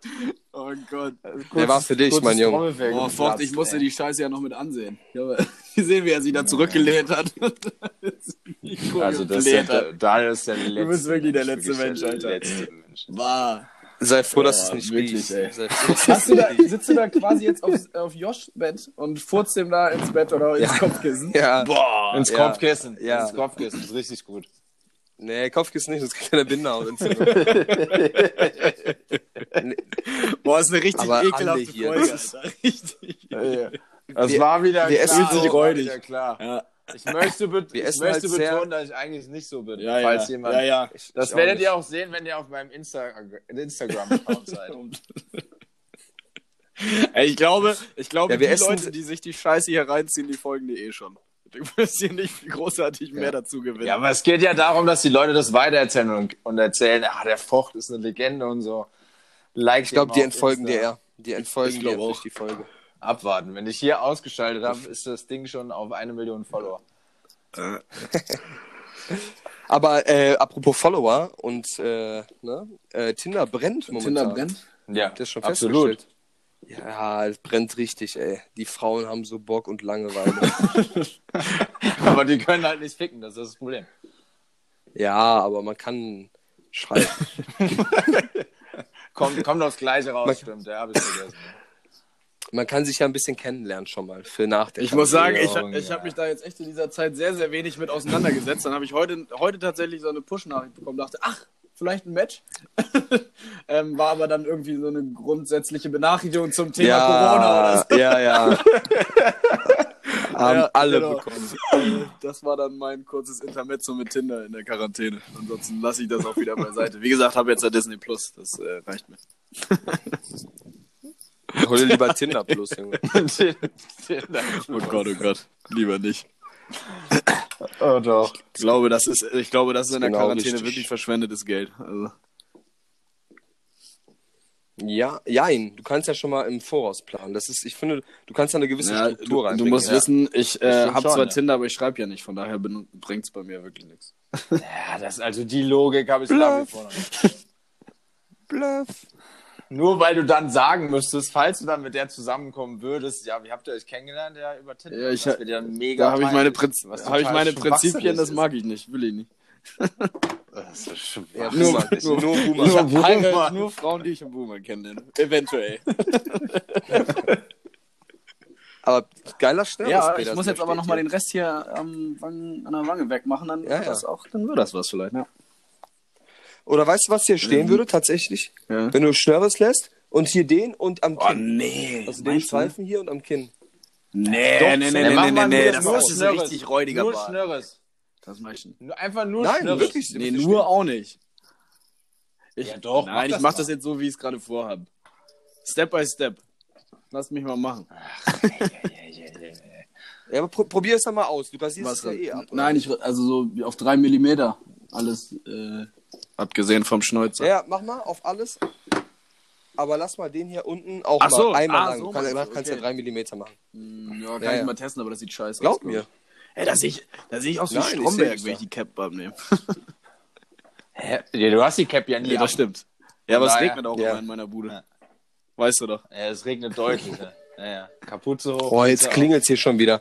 Speaker 1: Oh Gott.
Speaker 3: der war für dich,
Speaker 2: Kurzes
Speaker 3: mein Junge.
Speaker 2: Trommelfell
Speaker 1: Boah, Vogt,
Speaker 2: geplatzt,
Speaker 1: ich musste
Speaker 2: ey.
Speaker 1: die Scheiße ja noch mit ansehen. Ich habe gesehen, wie er sie da zurückgelehnt hat.
Speaker 2: Also, das ist der, Daniel ist der letzte.
Speaker 1: bist wirklich der letzte
Speaker 2: wirklich
Speaker 1: Mensch,
Speaker 2: der
Speaker 1: Alter.
Speaker 2: letzte Mensch.
Speaker 1: War.
Speaker 3: Sei froh, dass es
Speaker 1: Boah,
Speaker 3: nicht
Speaker 1: wirklich,
Speaker 3: riecht.
Speaker 1: ey.
Speaker 3: Sei froh, dass es
Speaker 1: Hast du
Speaker 3: nicht
Speaker 1: da, sitzt du da quasi jetzt auf, auf Josh Bett und furzt ihm da ins Bett oder ins Kopfkissen?
Speaker 3: Ja,
Speaker 1: Boah.
Speaker 2: Ins
Speaker 3: Ja.
Speaker 2: Kopfkissen.
Speaker 3: Ja.
Speaker 2: Ins Kopfkissen. Ist richtig gut.
Speaker 3: nee, Kopfkissen nicht, sonst kriegt er eine Bindehautentzündung.
Speaker 1: Boah, ist eine richtig
Speaker 3: Aber alle
Speaker 1: ekelhafte
Speaker 3: hier,
Speaker 1: Folge,
Speaker 3: das
Speaker 1: Alter. Richtig.
Speaker 2: Das
Speaker 3: Wir-
Speaker 2: war wieder
Speaker 3: wir essen
Speaker 2: klar.
Speaker 3: so-
Speaker 2: das war wieder klar.
Speaker 1: Ja,
Speaker 2: Ich möchte, bet
Speaker 3: Wir
Speaker 2: ich
Speaker 3: essen
Speaker 2: möchte
Speaker 3: halt sehr-
Speaker 2: betonen, dass ich eigentlich nicht so bin.
Speaker 1: ja,
Speaker 2: falls
Speaker 1: ja.
Speaker 2: jemand.
Speaker 1: ja, ja.
Speaker 2: Das
Speaker 3: Ich auch
Speaker 2: werdet
Speaker 3: nicht.
Speaker 2: ihr auch sehen, wenn ihr auf meinem Insta äh, Instagram-Account seid.
Speaker 1: Ey, ich glaube, ich glaube
Speaker 3: Ja, wir
Speaker 1: die
Speaker 3: essen-
Speaker 1: Leute, die sich die Scheiße hier reinziehen, die folgen die eh schon. Du wirst hier nicht großartig mehr dazu gewinnen.
Speaker 2: Ja, aber es geht ja darum, dass die Leute das weitererzählen und, und erzählen, ah, der Vocht ist eine Legende und so. Like
Speaker 3: Ich glaube, die entfolgen dir eher. Die entfolgen
Speaker 1: Ich
Speaker 3: dir
Speaker 1: glaub
Speaker 3: durch
Speaker 1: auch.
Speaker 3: die Folge.
Speaker 2: Abwarten. Wenn ich hier ausgeschaltet habe, ist das Ding schon auf eine Million Follower.
Speaker 3: Aber äh, apropos Follower und äh, ne? äh, Tinder brennt momentan.
Speaker 1: Tinder brennt.
Speaker 2: Ja,
Speaker 3: Das ist schon
Speaker 2: absolut.
Speaker 3: festgestellt. Ja, es brennt richtig, ey. Die Frauen haben so Bock und Langeweile.
Speaker 2: Aber die können halt nicht ficken, das ist das Problem.
Speaker 3: ja, aber man kann, Schreiben.
Speaker 2: Kommt, kommt aufs Gleiche raus,
Speaker 3: Man-
Speaker 2: stimmt. Ja, hab ich vergessen.
Speaker 3: Man kann sich ja ein bisschen kennenlernen schon mal für nach der
Speaker 1: Ich muss sagen, ich,
Speaker 3: Kampagne.
Speaker 1: ich habe mich da jetzt echt in dieser Zeit sehr, sehr wenig mit auseinandergesetzt. Dann habe ich heute, heute tatsächlich so eine Push-Nachricht bekommen, dachte, ach, vielleicht ein Match. ähm, war aber dann irgendwie so eine grundsätzliche Benachrichtigung zum Thema Corona. Oder so.
Speaker 3: Ja, ja. Haben
Speaker 1: Ja,
Speaker 3: alle
Speaker 1: genau.
Speaker 3: bekommen.
Speaker 1: Das war dann mein kurzes Intermezzo mit Tinder in der Quarantäne. Ansonsten lasse ich das auch wieder beiseite. Wie gesagt, habe jetzt ja Disney Plus. Das äh, reicht mir.
Speaker 3: Hol dir lieber Tinder Plus, Junge.
Speaker 1: Oh Gott, oh Gott. Lieber nicht.
Speaker 5: Oh doch.
Speaker 1: Ich glaube, das ist, ich glaube, das ist in der
Speaker 3: Genau
Speaker 1: Quarantäne
Speaker 3: richtig.
Speaker 1: wirklich verschwendetes Geld. Also,
Speaker 3: Ja, jein. Du kannst ja schon mal im Voraus planen. Das ist, ich finde, du kannst da eine gewisse
Speaker 1: ja,
Speaker 3: Struktur
Speaker 1: du, du
Speaker 3: reinbringen.
Speaker 1: musst
Speaker 3: ja.
Speaker 1: wissen, ich äh,
Speaker 5: stimmt
Speaker 1: habe
Speaker 5: schon,
Speaker 1: zwar
Speaker 5: ja.
Speaker 1: Tinder, aber ich schreibe ja nicht. Von daher bringt es bei mir wirklich nichts.
Speaker 2: Ja, das, also die Logik habe ich nach wie vor noch nicht.
Speaker 3: Bluff.
Speaker 2: Nur weil du dann sagen müsstest, falls du dann mit der zusammenkommen würdest, ja, wie habt ihr euch kennengelernt? Ja, über Tinder.
Speaker 1: Ja, ich
Speaker 2: das
Speaker 1: hab-
Speaker 2: wird ja mega.
Speaker 1: Da habe ich meine, Prinz
Speaker 2: peinlich, was
Speaker 1: hab ich
Speaker 2: total
Speaker 1: meine
Speaker 2: schwachsinnig
Speaker 1: Prinzipien, das
Speaker 2: ist.
Speaker 1: mag ich nicht. Will ich nicht.
Speaker 5: Das ist schon
Speaker 3: Ja,
Speaker 5: nur,
Speaker 3: nur, nur, nur Boomer.
Speaker 1: Ich hab
Speaker 2: Boomer.
Speaker 1: heirate nur Frauen, die ich im Boomer kennenlerne. Eventuell.
Speaker 3: Aber geiler Schnell.
Speaker 1: Ja, ich muss jetzt aber nochmal den Rest hier am Wangen, an der Wange wegmachen, dann
Speaker 3: Ja,
Speaker 1: wird
Speaker 3: ja.
Speaker 1: das auch, dann wird das was vielleicht. ne? Ja.
Speaker 3: Oder weißt du, was hier stehen würde, tatsächlich?
Speaker 1: Mhm. Ja.
Speaker 3: Wenn du Schnörres lässt und hier den und am
Speaker 1: Oh
Speaker 3: Kinn.
Speaker 1: nee.
Speaker 3: also den Streifen hier und am Kinn.
Speaker 1: Nee, nee, nee,
Speaker 2: Dann
Speaker 1: nee,
Speaker 2: mach
Speaker 1: nee,
Speaker 2: mal
Speaker 1: nee,
Speaker 2: nur-
Speaker 1: nee, das
Speaker 2: nur
Speaker 1: ist ein
Speaker 2: Schnörres.
Speaker 1: richtig räudiger
Speaker 2: Nur
Speaker 1: Bart.
Speaker 2: Schnörres.
Speaker 1: Das mach ich nicht.
Speaker 2: Nur, einfach nur
Speaker 3: Nein,
Speaker 2: Schnörres.
Speaker 3: wirklich.
Speaker 1: Nee, nur auch nicht. Ich,
Speaker 2: Ja, doch, mach
Speaker 1: Nein, ich
Speaker 2: das
Speaker 1: mach
Speaker 2: mal.
Speaker 1: das jetzt so, wie ich es gerade vorhabe. Step by step. Lass mich mal machen.
Speaker 3: Ja, aber pro probier es doch mal aus. Du basierst es ja
Speaker 1: denn?
Speaker 3: eh ab.
Speaker 1: Nein, ich, also so wie auf drei Millimeter. Alles, äh, abgesehen vom Schnäuzer.
Speaker 3: Ja, ja, mach mal auf alles. Aber lass mal den hier unten auch
Speaker 1: Ach
Speaker 3: mal
Speaker 1: so,
Speaker 3: einmal
Speaker 1: ah,
Speaker 3: lang.
Speaker 1: so
Speaker 3: du kannst,
Speaker 1: meinst du,
Speaker 3: danach kannst du ja drei Millimeter machen.
Speaker 1: Hm, Ja, kann
Speaker 3: Ja,
Speaker 1: ich
Speaker 3: ja.
Speaker 1: mal testen, aber das sieht scheiße
Speaker 3: Glaub
Speaker 1: aus. glaub
Speaker 3: mir.
Speaker 1: ich. Ey, da sehe ich, da seh ich aus wie
Speaker 3: Nein, ich
Speaker 1: Stromberg,
Speaker 3: seh's
Speaker 1: wenn ich
Speaker 3: da.
Speaker 1: die Cap abnehme.
Speaker 2: Hä? Ja, du hast die Cap ja nie.
Speaker 1: Ja, das
Speaker 2: ab.
Speaker 1: stimmt. Ja, aber es
Speaker 2: Naja.
Speaker 1: regnet auch
Speaker 3: Ja.
Speaker 1: immer in meiner Bude.
Speaker 2: Ja.
Speaker 1: Weißt du doch.
Speaker 2: Ja, es regnet deutlich. ja. Ja, ja. Kapuze hoch.
Speaker 3: Boah, jetzt
Speaker 2: Kapuze
Speaker 3: klingelt es hier schon wieder.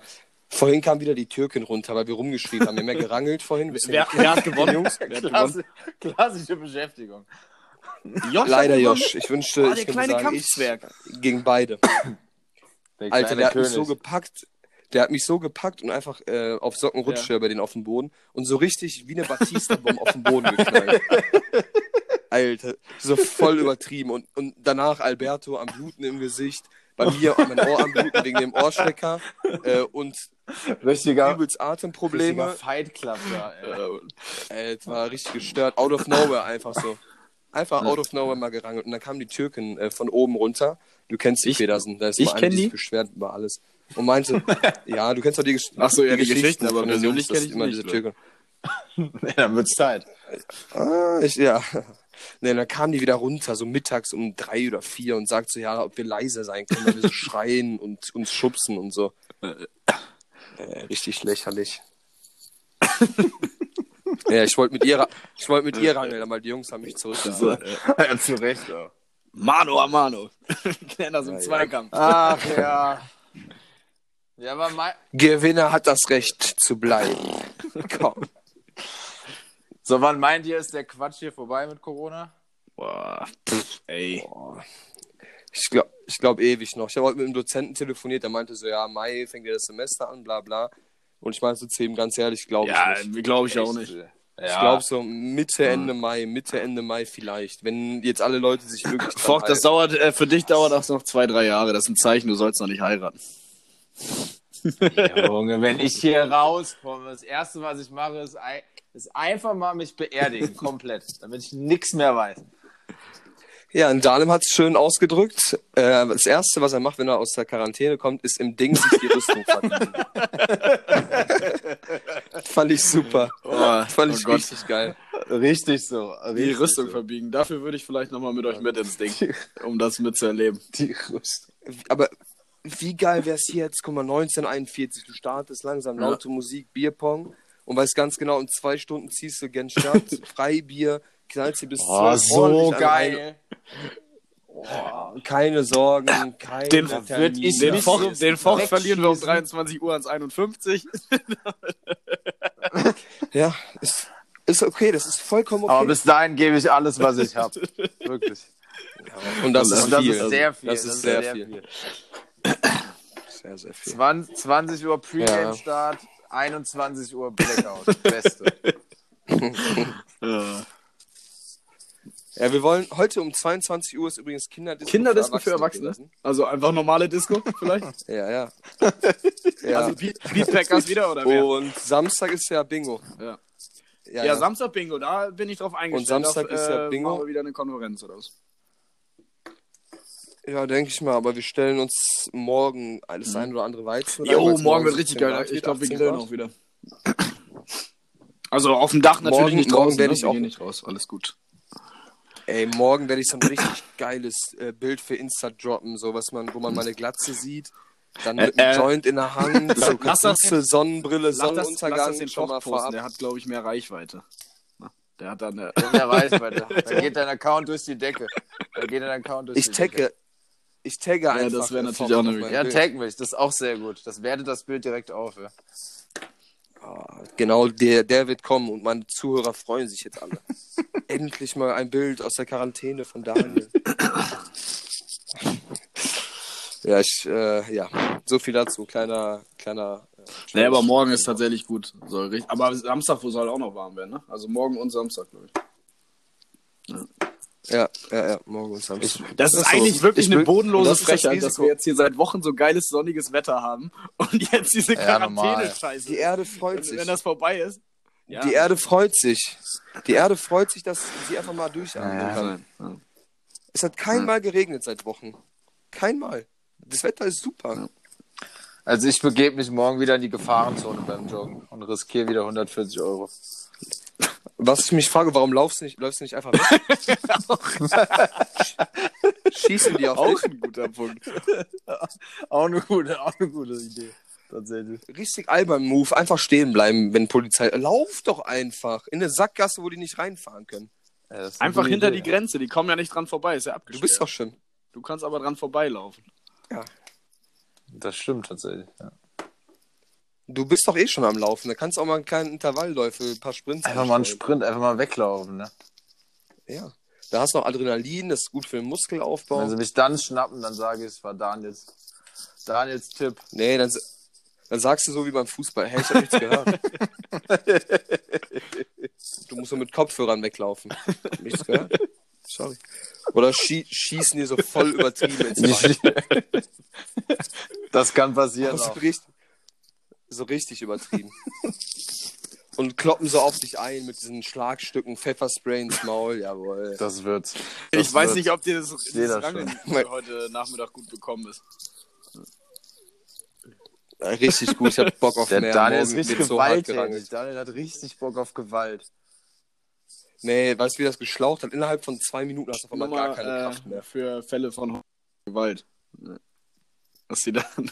Speaker 3: Vorhin kam wieder die Türkin runter, weil wir rumgeschrieben haben. Wir haben ja gerangelt vorhin. Bisschen
Speaker 1: hat gewonnen, Jungs? Wer hat
Speaker 2: auf.
Speaker 1: gewonnen?
Speaker 2: Klasse, klassische Beschäftigung.
Speaker 1: Josh
Speaker 3: Leider,
Speaker 1: hat gewonnen.
Speaker 3: Josh. Ich wünschte,
Speaker 1: Ah, der
Speaker 3: ich könnte
Speaker 1: kleine
Speaker 3: sagen,
Speaker 1: Kampfzwerg.
Speaker 3: ich gegen beide.
Speaker 2: Der
Speaker 3: Alter,
Speaker 2: kleine
Speaker 3: der hat
Speaker 2: König.
Speaker 3: mich so gepackt. Der hat mich so gepackt und einfach äh, auf Socken rutschte er bei denen auf den Boden und so richtig wie eine Batista-Bombe auf den Boden geknallt. Alter, so voll übertrieben. Und, und danach Alberto am Bluten im Gesicht, bei mir mein Ohr am Bluten wegen dem Ohrschlecker äh, und
Speaker 5: richtiger,
Speaker 3: übelst
Speaker 2: Richtiger
Speaker 3: Atemprobleme.
Speaker 2: Fight Club da, ey.
Speaker 3: Alter, war richtig gestört. Out of nowhere einfach so. Einfach out of nowhere mal gerangelt. Und dann kamen die Türken äh, von oben runter. Du kennst die
Speaker 1: Ich-
Speaker 3: Federsen. Da ist
Speaker 1: ich
Speaker 3: mal
Speaker 1: kenn
Speaker 3: die sich
Speaker 1: die.
Speaker 3: beschwert über alles. Und meinte, ja, du kennst doch die, Gesch
Speaker 1: Ach so, ja, die
Speaker 3: Geschichten
Speaker 1: Geschichten, aber
Speaker 3: von den
Speaker 1: persönlich
Speaker 3: Jungs, dass
Speaker 1: kenn ich
Speaker 3: immer
Speaker 1: nicht,
Speaker 3: diese Türken.
Speaker 2: Ja, dann wird's Zeit.
Speaker 3: Ah, ich, ja. Ne, dann kamen die wieder runter, so mittags um drei oder vier und sagt so, ja, ob wir leiser sein können, weil wir so schreien und uns schubsen und so. Äh, richtig lächerlich. ja, ich wollte mit ihr, ra- ich wollte mit ihr rangeln, aber die Jungs haben mich zurückgehalten.
Speaker 5: ja, zu Recht auch.
Speaker 1: Mano a Mano. Nenn das im Zweikampf.
Speaker 2: Ach ja. Ja, aber mein,
Speaker 3: Gewinner hat das Recht zu bleiben. Komm.
Speaker 2: so wann meint ihr, ist der Quatsch hier vorbei mit Corona?
Speaker 1: Boah, pff, ey.
Speaker 3: Ich glaube ich glaub ewig noch. Ich habe heute mit einem Dozenten telefoniert, der meinte so, ja, Mai fängt ja das Semester an, bla bla. Und ich meinte so zu ihm ganz ehrlich, glaube
Speaker 1: Ja,
Speaker 3: ich nicht.
Speaker 1: glaube ich äh, auch nicht.
Speaker 2: Äh, Ja.
Speaker 3: Ich glaube so
Speaker 1: Mhm.
Speaker 3: Mitte, Ende Mai, Mitte, Ende Mai vielleicht. Wenn jetzt alle Leute sich wirklich. dran
Speaker 1: Fuck, das
Speaker 3: halten.
Speaker 1: dauert, äh, für dich dauert das noch zwei, drei Jahre. Das ist ein Zeichen, du sollst noch nicht heiraten.
Speaker 2: Junge, wenn ich hier rauskomme, das erste, was ich mache, ist, ein, ist einfach mal mich beerdigen, komplett, damit ich nichts mehr weiß.
Speaker 3: Ja, und Dahlem hat es schön ausgedrückt. Äh, das Erste, was er macht, wenn er aus der Quarantäne kommt, ist im Ding sich die Rüstung verdienen. Fand ich super.
Speaker 1: Oh,
Speaker 3: Fand
Speaker 1: oh
Speaker 3: ich
Speaker 1: Gott.
Speaker 3: richtig geil.
Speaker 5: Richtig so.
Speaker 1: Die
Speaker 5: Richtig
Speaker 1: Rüstung
Speaker 5: so.
Speaker 1: verbiegen. Dafür würde ich vielleicht nochmal mit euch mit ins Ding, um das mitzuerleben.
Speaker 5: Die Rüstung.
Speaker 3: Aber wie geil wär's jetzt? Guck mal, 1941, du startest langsam,
Speaker 1: Ja.
Speaker 3: laute Musik, Bierpong und weißt ganz genau, in zwei Stunden ziehst du gen Stadt, Freibier, knallst dir bis
Speaker 2: Oh,
Speaker 3: zwölf
Speaker 2: so
Speaker 3: ordentlich alle rein.
Speaker 2: geil.
Speaker 3: Keine Sorgen, keine
Speaker 1: Den-
Speaker 3: Termine.
Speaker 2: würd ich
Speaker 1: Den
Speaker 2: nicht
Speaker 1: Foch,
Speaker 2: so
Speaker 1: den Foch
Speaker 2: wegschießen.
Speaker 1: verlieren wir um 23 Uhr ans 51.
Speaker 3: Ja, ist, Ist okay, das ist vollkommen okay.
Speaker 2: Aber bis dahin gebe ich alles, was ich habe. Wirklich.
Speaker 3: und das ist
Speaker 2: Und das
Speaker 3: viel.
Speaker 2: ist sehr viel.
Speaker 3: Das ist sehr, viel. Sehr, sehr viel.
Speaker 2: 20, 20 Uhr
Speaker 3: Ja.
Speaker 2: Pre-Game-Start, 21 Uhr Blackout. Beste.
Speaker 3: Ja, wir wollen heute um 22 Uhr ist übrigens Kinderdisco,
Speaker 1: Kinderdisco für Erwachsene. Also einfach normale Disco vielleicht.
Speaker 3: gewesen. Ja, ja. ja.
Speaker 1: Also Beat, Beat Packers wieder oder wer?
Speaker 3: und Samstag ist ja Bingo.
Speaker 1: Ja.
Speaker 3: Ja,
Speaker 1: ja,
Speaker 3: ja.
Speaker 1: Samstag Bingo, da bin ich drauf eingestellt.
Speaker 3: Samstag
Speaker 1: auf,
Speaker 3: ist ja
Speaker 1: äh,
Speaker 3: Bingo.
Speaker 1: Machen wir wieder eine Konferenz oder was?
Speaker 3: ja denke ich mal. Aber wir stellen uns morgen alles ein oder andere Weizen. rein, weil
Speaker 1: Mhm. Jo,
Speaker 3: es
Speaker 1: morgen wird richtig
Speaker 3: 17
Speaker 1: geil.
Speaker 3: Grad
Speaker 1: Ich
Speaker 3: wird,
Speaker 1: glaube, wir
Speaker 3: 18
Speaker 1: grillen
Speaker 3: Grad.
Speaker 1: auch wieder. Also auf dem Dach natürlich
Speaker 3: Morgen-
Speaker 1: nicht
Speaker 3: morgen
Speaker 1: draußen.
Speaker 3: werde
Speaker 1: ne?
Speaker 3: ich
Speaker 1: Wir
Speaker 3: auch-
Speaker 1: gehen nicht raus. Alles gut.
Speaker 3: Ey, morgen werde ich so ein richtig geiles äh, Bild für Insta droppen, so was man, wo man mal eine Glatze sieht, dann mit einem
Speaker 1: äh.
Speaker 3: Joint in der Hand, so
Speaker 1: Lass das-
Speaker 3: Kapuze, Sonnenbrille,
Speaker 1: Lass das, lass
Speaker 3: Sonnenuntergang
Speaker 1: das den
Speaker 3: schon
Speaker 1: Koch
Speaker 3: mal
Speaker 1: posten.
Speaker 3: vorab.
Speaker 1: Der hat, glaube ich, mehr Reichweite. Na, Der hat dann. Äh,
Speaker 2: Wer weiß, Alter. Da geht dein Account durch die Decke. Da geht dein Account durch
Speaker 3: Ich
Speaker 2: die Decke.
Speaker 3: tagge, ich tagge einfach.
Speaker 1: das wäre
Speaker 3: äh,
Speaker 1: natürlich
Speaker 3: Fox
Speaker 1: auch
Speaker 3: auf
Speaker 1: eine
Speaker 3: mein
Speaker 2: Ja,
Speaker 3: Bild.
Speaker 2: tag mich. Das ist auch sehr gut. Das wertet das Bild direkt auf. Ja.
Speaker 3: Ah, Genau, der, der wird kommen und meine Zuhörer freuen sich jetzt alle. Endlich mal ein Bild aus der Quarantäne von Daniel. ja, ich, äh, ja, so viel dazu. Kleiner, kleiner. Äh,
Speaker 1: nee, aber morgen ist tatsächlich gut. Soll richtig, aber Samstag wo soll auch noch warm werden, ne? Also morgen und Samstag, glaube ich.
Speaker 3: Ja, ja, ja, morgen und Samstag.
Speaker 1: Das ist
Speaker 3: so.
Speaker 1: eigentlich wirklich
Speaker 3: Ich
Speaker 1: eine
Speaker 3: will-
Speaker 1: bodenlose
Speaker 3: das ist das
Speaker 1: Frechheit, dass wir
Speaker 3: Risiko.
Speaker 1: jetzt hier seit Wochen so geiles sonniges Wetter haben und jetzt diese
Speaker 2: Ja, normal.
Speaker 1: Quarantäne-Scheiße.
Speaker 3: Die Erde freut
Speaker 1: wenn,
Speaker 3: sich.
Speaker 1: wenn das vorbei ist. Ja.
Speaker 3: Die Erde freut sich. Die Erde freut sich, dass sie einfach mal durchatmen
Speaker 2: Ja,
Speaker 3: kann.
Speaker 1: Nein, nein.
Speaker 3: Es hat keinmal geregnet seit Wochen. Keinmal. Das Wetter ist super.
Speaker 2: Also ich begebe mich morgen wieder in die Gefahrenzone beim Joggen und riskiere wieder 140 Euro.
Speaker 3: Was ich mich frage, warum laufst du nicht, läufst du nicht einfach weg? Schießen die auf dich?
Speaker 1: ein guter Punkt.
Speaker 2: Auch eine gute, auch eine gute Idee. Tatsächlich.
Speaker 3: Richtig albern Move. Einfach stehen bleiben, wenn Polizei. Lauf doch einfach in eine Sackgasse, wo die nicht reinfahren können.
Speaker 2: Ja, das ist eine
Speaker 1: Einfach
Speaker 2: gute
Speaker 1: hinter
Speaker 2: Idee.
Speaker 1: die Grenze, die kommen ja nicht dran vorbei, ist ja
Speaker 3: Du
Speaker 1: abgesperrt.
Speaker 3: bist doch schon.
Speaker 1: du kannst aber dran vorbeilaufen.
Speaker 2: Das stimmt tatsächlich. Ja.
Speaker 3: Du bist doch eh schon am Laufen. Da kannst du auch mal einen kleinen Intervallläufe, ein paar Sprints.
Speaker 2: Einfach mal einen
Speaker 3: einstellen.
Speaker 2: Sprint, einfach mal weglaufen. Ne?
Speaker 3: Ja. Da hast du noch Adrenalin, das ist gut für den Muskelaufbau.
Speaker 2: Wenn sie mich dann schnappen, dann sage ich, es war Daniels, Daniels Tipp.
Speaker 3: Nee, dann, s- dann sagst du so wie beim Fußball. Hey, ich hab nichts gehört. du musst nur mit Kopfhörern weglaufen. Hab Nichts gehört? Sorry. Oder schie schießen dir so voll übertrieben ins Bein.
Speaker 2: Das kann passieren
Speaker 3: So
Speaker 2: auch.
Speaker 3: richtig, so richtig übertrieben. Und kloppen so auf dich ein mit diesen Schlagstücken, Pfefferspray ins Maul, jawohl.
Speaker 2: Das wird's.
Speaker 1: ich weiß nicht, ob dir das,
Speaker 2: sehe
Speaker 1: das
Speaker 2: das
Speaker 1: Rangeln
Speaker 3: schon.
Speaker 1: heute Nachmittag gut bekommen ist.
Speaker 3: Ja, Richtig gut, ich hab Bock auf
Speaker 2: Der
Speaker 3: mehr.
Speaker 2: Daniel
Speaker 3: Morgen
Speaker 2: ist richtig
Speaker 3: wird so hart gerangelt.
Speaker 2: gewalttätig. Daniel hat richtig Bock auf Gewalt.
Speaker 3: Nee, weißt du, wie das geschlaucht hat? Innerhalb von zwei Minuten hast du auf einmal
Speaker 1: Nochmal
Speaker 3: gar keine
Speaker 1: äh,
Speaker 3: Kraft mehr.
Speaker 1: für Fälle von Gewalt. Dass sie dann.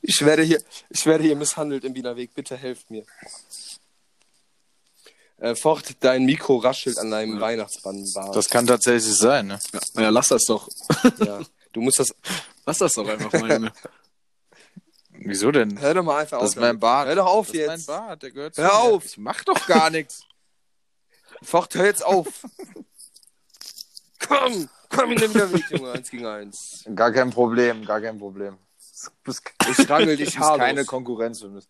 Speaker 3: Ich werde hier, ich werde hier misshandelt im Wiener Weg. Bitte helft mir. Äh, Fort, dein Mikro raschelt an deinem Weihnachtsbannenbart.
Speaker 2: kann tatsächlich sein, ne?
Speaker 1: Ja, lass das doch.
Speaker 3: ja. Du musst das.
Speaker 1: Lass das doch einfach mal. Junge.
Speaker 2: Wieso denn?
Speaker 3: Hör doch mal einfach
Speaker 2: Das
Speaker 3: auf.
Speaker 2: ist mein Bart.
Speaker 3: Hör doch auf
Speaker 2: Das ist mein
Speaker 3: jetzt.
Speaker 2: Bart, der gehört
Speaker 3: Hör
Speaker 2: zu mir.
Speaker 3: auf.
Speaker 2: Ich mach doch gar nichts.
Speaker 3: Fort, hör jetzt auf. komm, komm in den Wiener Weg, Junge. Eins gegen eins.
Speaker 2: Gar kein Problem, gar kein Problem. Das
Speaker 3: Ich rangel dich
Speaker 2: ist
Speaker 3: haarlos.
Speaker 2: keine Konkurrenz für mich.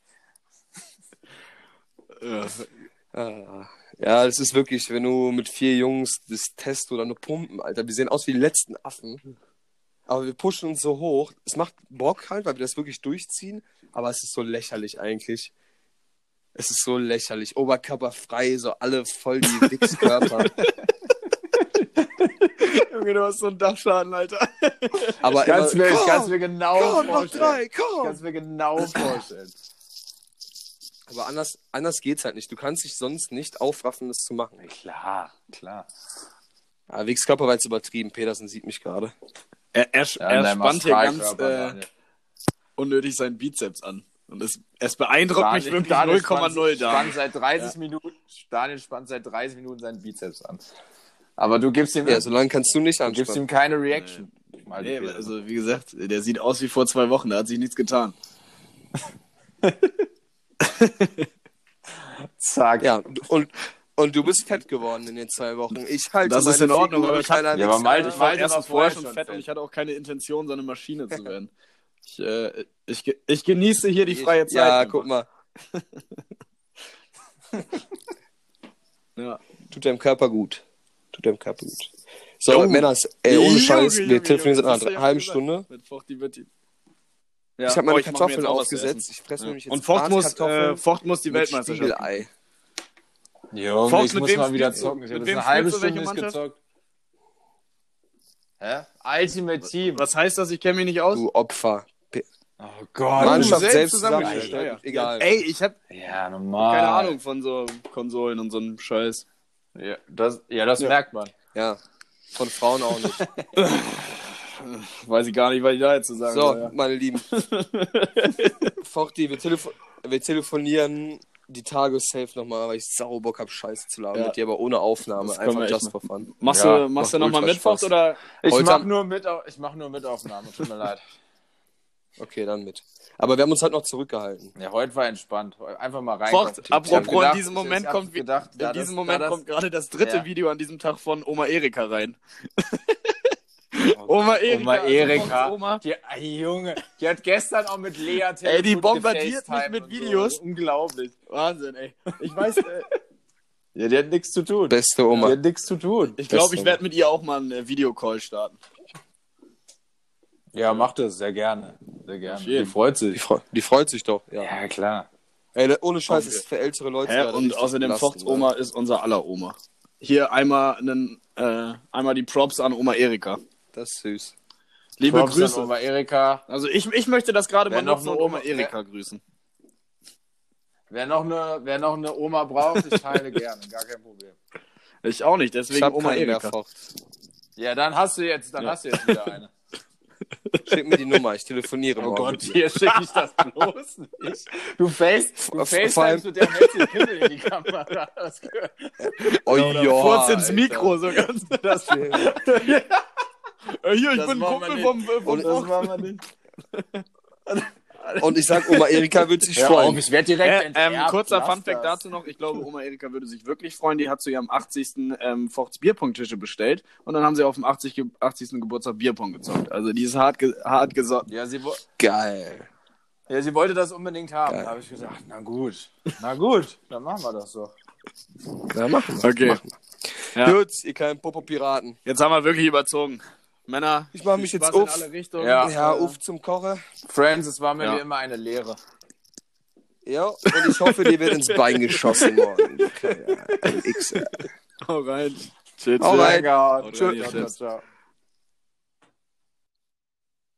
Speaker 1: Ja.
Speaker 3: Ah. Ja, das ist wirklich, wenn du mit vier Jungs das Test oder nur pumpen, Alter, wir sehen aus wie die letzten Affen. Aber wir pushen uns so hoch. Es macht Bock halt, weil wir das wirklich durchziehen, aber es ist so lächerlich eigentlich. Es ist so lächerlich. Oberkörperfrei, so alle voll die Wichskörper.
Speaker 1: Junge, du hast so einen Dachschaden, Alter.
Speaker 3: aber
Speaker 2: Kannst
Speaker 3: immer,
Speaker 2: mir, ich
Speaker 3: komm,
Speaker 2: kann's mir genau
Speaker 3: komm, noch
Speaker 2: vorstellen.
Speaker 3: drei,
Speaker 2: Ich
Speaker 3: komm.
Speaker 2: kann's mir genau vorstellen.
Speaker 3: Aber anders, anders geht's halt nicht. Du kannst dich sonst nicht aufraffen, das zu machen.
Speaker 2: Klar, klar.
Speaker 3: Ja, Wichskörper war jetzt übertrieben. Petersen sieht mich gerade.
Speaker 1: Er, er, er spannt hier ganz äh,
Speaker 2: Daniel.
Speaker 1: unnötig seinen Bizeps an. Und es, es beeindruckt mich wirklich 0,0
Speaker 2: spannt,
Speaker 1: da.
Speaker 2: spannt seit 30 Minuten, Daniel spannt seit 30 Minuten seinen Bizeps an. Aber du gibst ihm,
Speaker 3: Ja, solange kannst du nicht
Speaker 2: du gibst
Speaker 3: anspannen.
Speaker 2: ihm keine Reaction. Mal die
Speaker 1: Nee,
Speaker 2: Fehler.
Speaker 1: also wie gesagt, der sieht aus wie vor zwei Wochen, da hat sich nichts getan.
Speaker 2: Zack.
Speaker 3: Ja, und, und du bist fett geworden in den zwei Wochen. Ich halte
Speaker 1: Das ist
Speaker 3: meine
Speaker 1: in Ordnung,
Speaker 3: Figur
Speaker 1: aber ich hab-
Speaker 3: kleiner
Speaker 2: Ja, aber
Speaker 3: Wichser.
Speaker 2: Malte, ich war
Speaker 3: halt
Speaker 1: er war
Speaker 2: erst
Speaker 1: vorher
Speaker 2: vorher
Speaker 1: schon
Speaker 2: schon
Speaker 1: fett und
Speaker 2: fett.
Speaker 1: ich hatte auch keine Intention, so eine Maschine zu werden. Ich, äh, ich, ge- ich genieße hier die freie Zeit.
Speaker 3: Ja,
Speaker 1: einfach.
Speaker 3: guck mal.
Speaker 1: Ja.
Speaker 3: Tut deinem Körper gut. Tut deinem Körper gut. So,
Speaker 1: Jo.
Speaker 3: Männer, ey, ohne
Speaker 1: Junge,
Speaker 3: Scheiß,
Speaker 1: Junge,
Speaker 3: wir telefonieren
Speaker 1: Junge, das
Speaker 3: seit einer
Speaker 1: hast du ja
Speaker 3: halben
Speaker 1: gesagt.
Speaker 3: Stunde.
Speaker 1: Mittwoch, die wird die.
Speaker 3: ich habe
Speaker 1: boah,
Speaker 3: meine
Speaker 1: mach mir
Speaker 3: Kartoffeln
Speaker 1: jetzt auch was zu
Speaker 3: aufgesetzt. Ich fresse
Speaker 1: essen.
Speaker 3: nämlich jetzt
Speaker 1: Und Vocht muss,
Speaker 3: Bratkartoffeln
Speaker 1: äh, Vocht muss die
Speaker 3: mit
Speaker 1: Weltmeisterschaft.
Speaker 3: Spiegelei.
Speaker 2: Junge,
Speaker 1: Fox,
Speaker 2: ich
Speaker 1: mit
Speaker 2: muss
Speaker 1: wem
Speaker 2: mal wieder
Speaker 1: spielst du?
Speaker 2: zocken. Ich habe
Speaker 1: Mit
Speaker 2: jetzt
Speaker 1: wem
Speaker 2: eine halbe
Speaker 1: spielst du?
Speaker 2: Stunde nicht
Speaker 1: Welche
Speaker 2: gezockt. Hä? Ultimate Team.
Speaker 1: Was heißt das? Ich kenne mich nicht aus.
Speaker 3: Du Opfer. P-
Speaker 2: Oh Gott.
Speaker 3: Mannschaft
Speaker 1: selbst
Speaker 3: selbst
Speaker 1: zusammengestellt,
Speaker 3: zusammengestellt.
Speaker 1: ja.
Speaker 3: Egal. Ah.
Speaker 1: Ey, ich habe
Speaker 2: Ja, normal.
Speaker 1: keine Ahnung von so Konsolen und so einem Scheiß.
Speaker 2: Ja, das, ja, das merkt man.
Speaker 3: Ja. Von Frauen auch nicht.
Speaker 1: Weiß ich gar nicht, was ich da jetzt zu sagen
Speaker 3: So,
Speaker 1: soll, ja.
Speaker 3: meine Lieben. Forti, wir, telefo wir telefonieren die Tage safe nochmal, weil ich sau Bock hab, Scheiße zu labern
Speaker 1: Ja.
Speaker 3: mit dir, aber ohne Aufnahme.
Speaker 1: Das können wir
Speaker 3: Einfach
Speaker 1: echt
Speaker 3: just for fun.
Speaker 1: Machst
Speaker 2: Ja,
Speaker 1: du, machst
Speaker 3: macht
Speaker 1: du nochmal
Speaker 3: ultra
Speaker 1: Mittwoch
Speaker 3: Spaß.
Speaker 1: oder?
Speaker 2: Ich
Speaker 3: Heute
Speaker 2: mach
Speaker 3: am-
Speaker 2: nur mit, ich mach nur Mitaufnahme, tut mir leid.
Speaker 3: Okay, dann mit. Aber wir haben uns halt noch zurückgehalten.
Speaker 2: Ja, heute war entspannt. Heu- Einfach mal rein.
Speaker 1: Vocht,
Speaker 2: Ich hab
Speaker 1: apropos,
Speaker 2: gedacht,
Speaker 1: in diesem
Speaker 2: ich hab
Speaker 1: Moment kommt, wie-
Speaker 2: gedacht,
Speaker 1: in
Speaker 2: da das-
Speaker 1: diesem Moment
Speaker 2: da das-
Speaker 1: kommt gerade das dritte
Speaker 2: Ja.
Speaker 1: Video an diesem Tag von Oma Erika rein. Oma Erika.
Speaker 2: Oma
Speaker 1: also
Speaker 2: Erika.
Speaker 1: Vochts Oma.
Speaker 2: Die, ah, Junge, die hat gestern auch mit Lea
Speaker 1: Ey, die
Speaker 2: telefoniert,
Speaker 1: bombardiert mich
Speaker 2: gefacetimed
Speaker 1: mit
Speaker 2: und
Speaker 1: Videos.
Speaker 2: So. Unglaublich.
Speaker 1: Wahnsinn, ey. Ich weiß, äh,
Speaker 2: Ja, die hat nichts zu tun.
Speaker 3: Beste Oma.
Speaker 2: Die hat nichts zu tun.
Speaker 1: ich glaube,
Speaker 3: Beste
Speaker 1: ich werde mit ihr auch mal einen äh, Videocall starten.
Speaker 2: Ja, macht das sehr gerne. Sehr gerne.
Speaker 1: jeden.
Speaker 2: Die freut
Speaker 3: Die,
Speaker 2: sich.
Speaker 3: fre die freut sich doch. Ja.
Speaker 2: Ja, klar.
Speaker 3: Ey, da- ohne Scheiß, das ist für ältere Leute.
Speaker 1: Hä?
Speaker 3: gerade
Speaker 1: Und
Speaker 3: richtig
Speaker 1: außerdem
Speaker 3: belastend, ne?
Speaker 1: Vochts Oma ist unser aller Oma. Hier einmal, einen, äh, einmal die Props an Oma Erika.
Speaker 3: Ne? Das ist süß.
Speaker 1: Liebe
Speaker 2: Props an
Speaker 1: Grüße.
Speaker 2: Oma Erika.
Speaker 1: Also ich, ich möchte das gerade mal
Speaker 2: Wer noch
Speaker 1: nutzen und
Speaker 2: eine
Speaker 1: Oma
Speaker 2: Oma-
Speaker 1: Erika grüßen.
Speaker 2: Wer noch eine, wer noch eine Oma braucht, ich teile gerne, gar kein Problem.
Speaker 1: Ich auch nicht, deswegen
Speaker 3: Ich hab
Speaker 1: Oma
Speaker 3: keinen mehr
Speaker 1: Erika.
Speaker 3: Vocht.
Speaker 2: Ja, dann hast du jetzt, dann hast du jetzt wieder eine.
Speaker 3: Schick mir die Nummer, ich
Speaker 1: Oh
Speaker 3: telefoniere morgen. mit dir.
Speaker 2: Oh hier schicke ich das bloß nicht. Du face,
Speaker 3: Vor-
Speaker 2: du
Speaker 3: vor allem-
Speaker 2: facetimest mit der Messi Pimmel in die Kamera. Das gehört.
Speaker 3: Oh, ja,
Speaker 1: Genau, Kurz ins
Speaker 3: Alter.
Speaker 1: Mikro, so ganz.
Speaker 3: Das
Speaker 1: Äh, hier, ich
Speaker 2: Das
Speaker 1: bin ein
Speaker 2: machen wir
Speaker 1: Kumpel
Speaker 2: nicht.
Speaker 1: vom, äh, vom
Speaker 3: Und-
Speaker 1: Vogt.
Speaker 3: Und ich sag, Oma Erika wird sich freuen.
Speaker 2: ich werde direkt
Speaker 1: Äh, ähm, kurzer Funfact dazu noch. Ich glaube, Oma Erika würde sich wirklich freuen. Die hat zu ihrem 80. Ähm, Forts Bierpong-Tische bestellt. Und dann haben sie auf dem 80. Ge 80. Geburtstag Bierpong gezockt. Also die ist hart, ge hart gesotten.
Speaker 2: Ja sie, wo-
Speaker 3: Geil.
Speaker 2: ja, sie wollte das unbedingt haben. Da habe ich gesagt, na gut. Na gut, dann machen wir das so.
Speaker 3: Na, machen wir.
Speaker 1: Okay, Ja.
Speaker 3: Gut, ihr kleinen Popo-Piraten.
Speaker 1: jetzt haben wir wirklich überzogen. Männer,
Speaker 3: Ich mach mich
Speaker 1: viel
Speaker 3: jetzt
Speaker 1: Spaß
Speaker 3: auf.
Speaker 1: in alle Richtungen.
Speaker 2: Ja.
Speaker 3: Ja, auf zum Kochen.
Speaker 2: äh, Friends, es war mir
Speaker 1: Ja.
Speaker 2: wie immer eine Lehre.
Speaker 3: Ja, und ich hoffe, dir wird ins Bein geschossen morgen. Okay, ja.
Speaker 1: Hau rein. Tschüss.
Speaker 3: Hau rein.
Speaker 2: Blackout.
Speaker 1: Tschö.
Speaker 2: Ciao, ciao, ciao.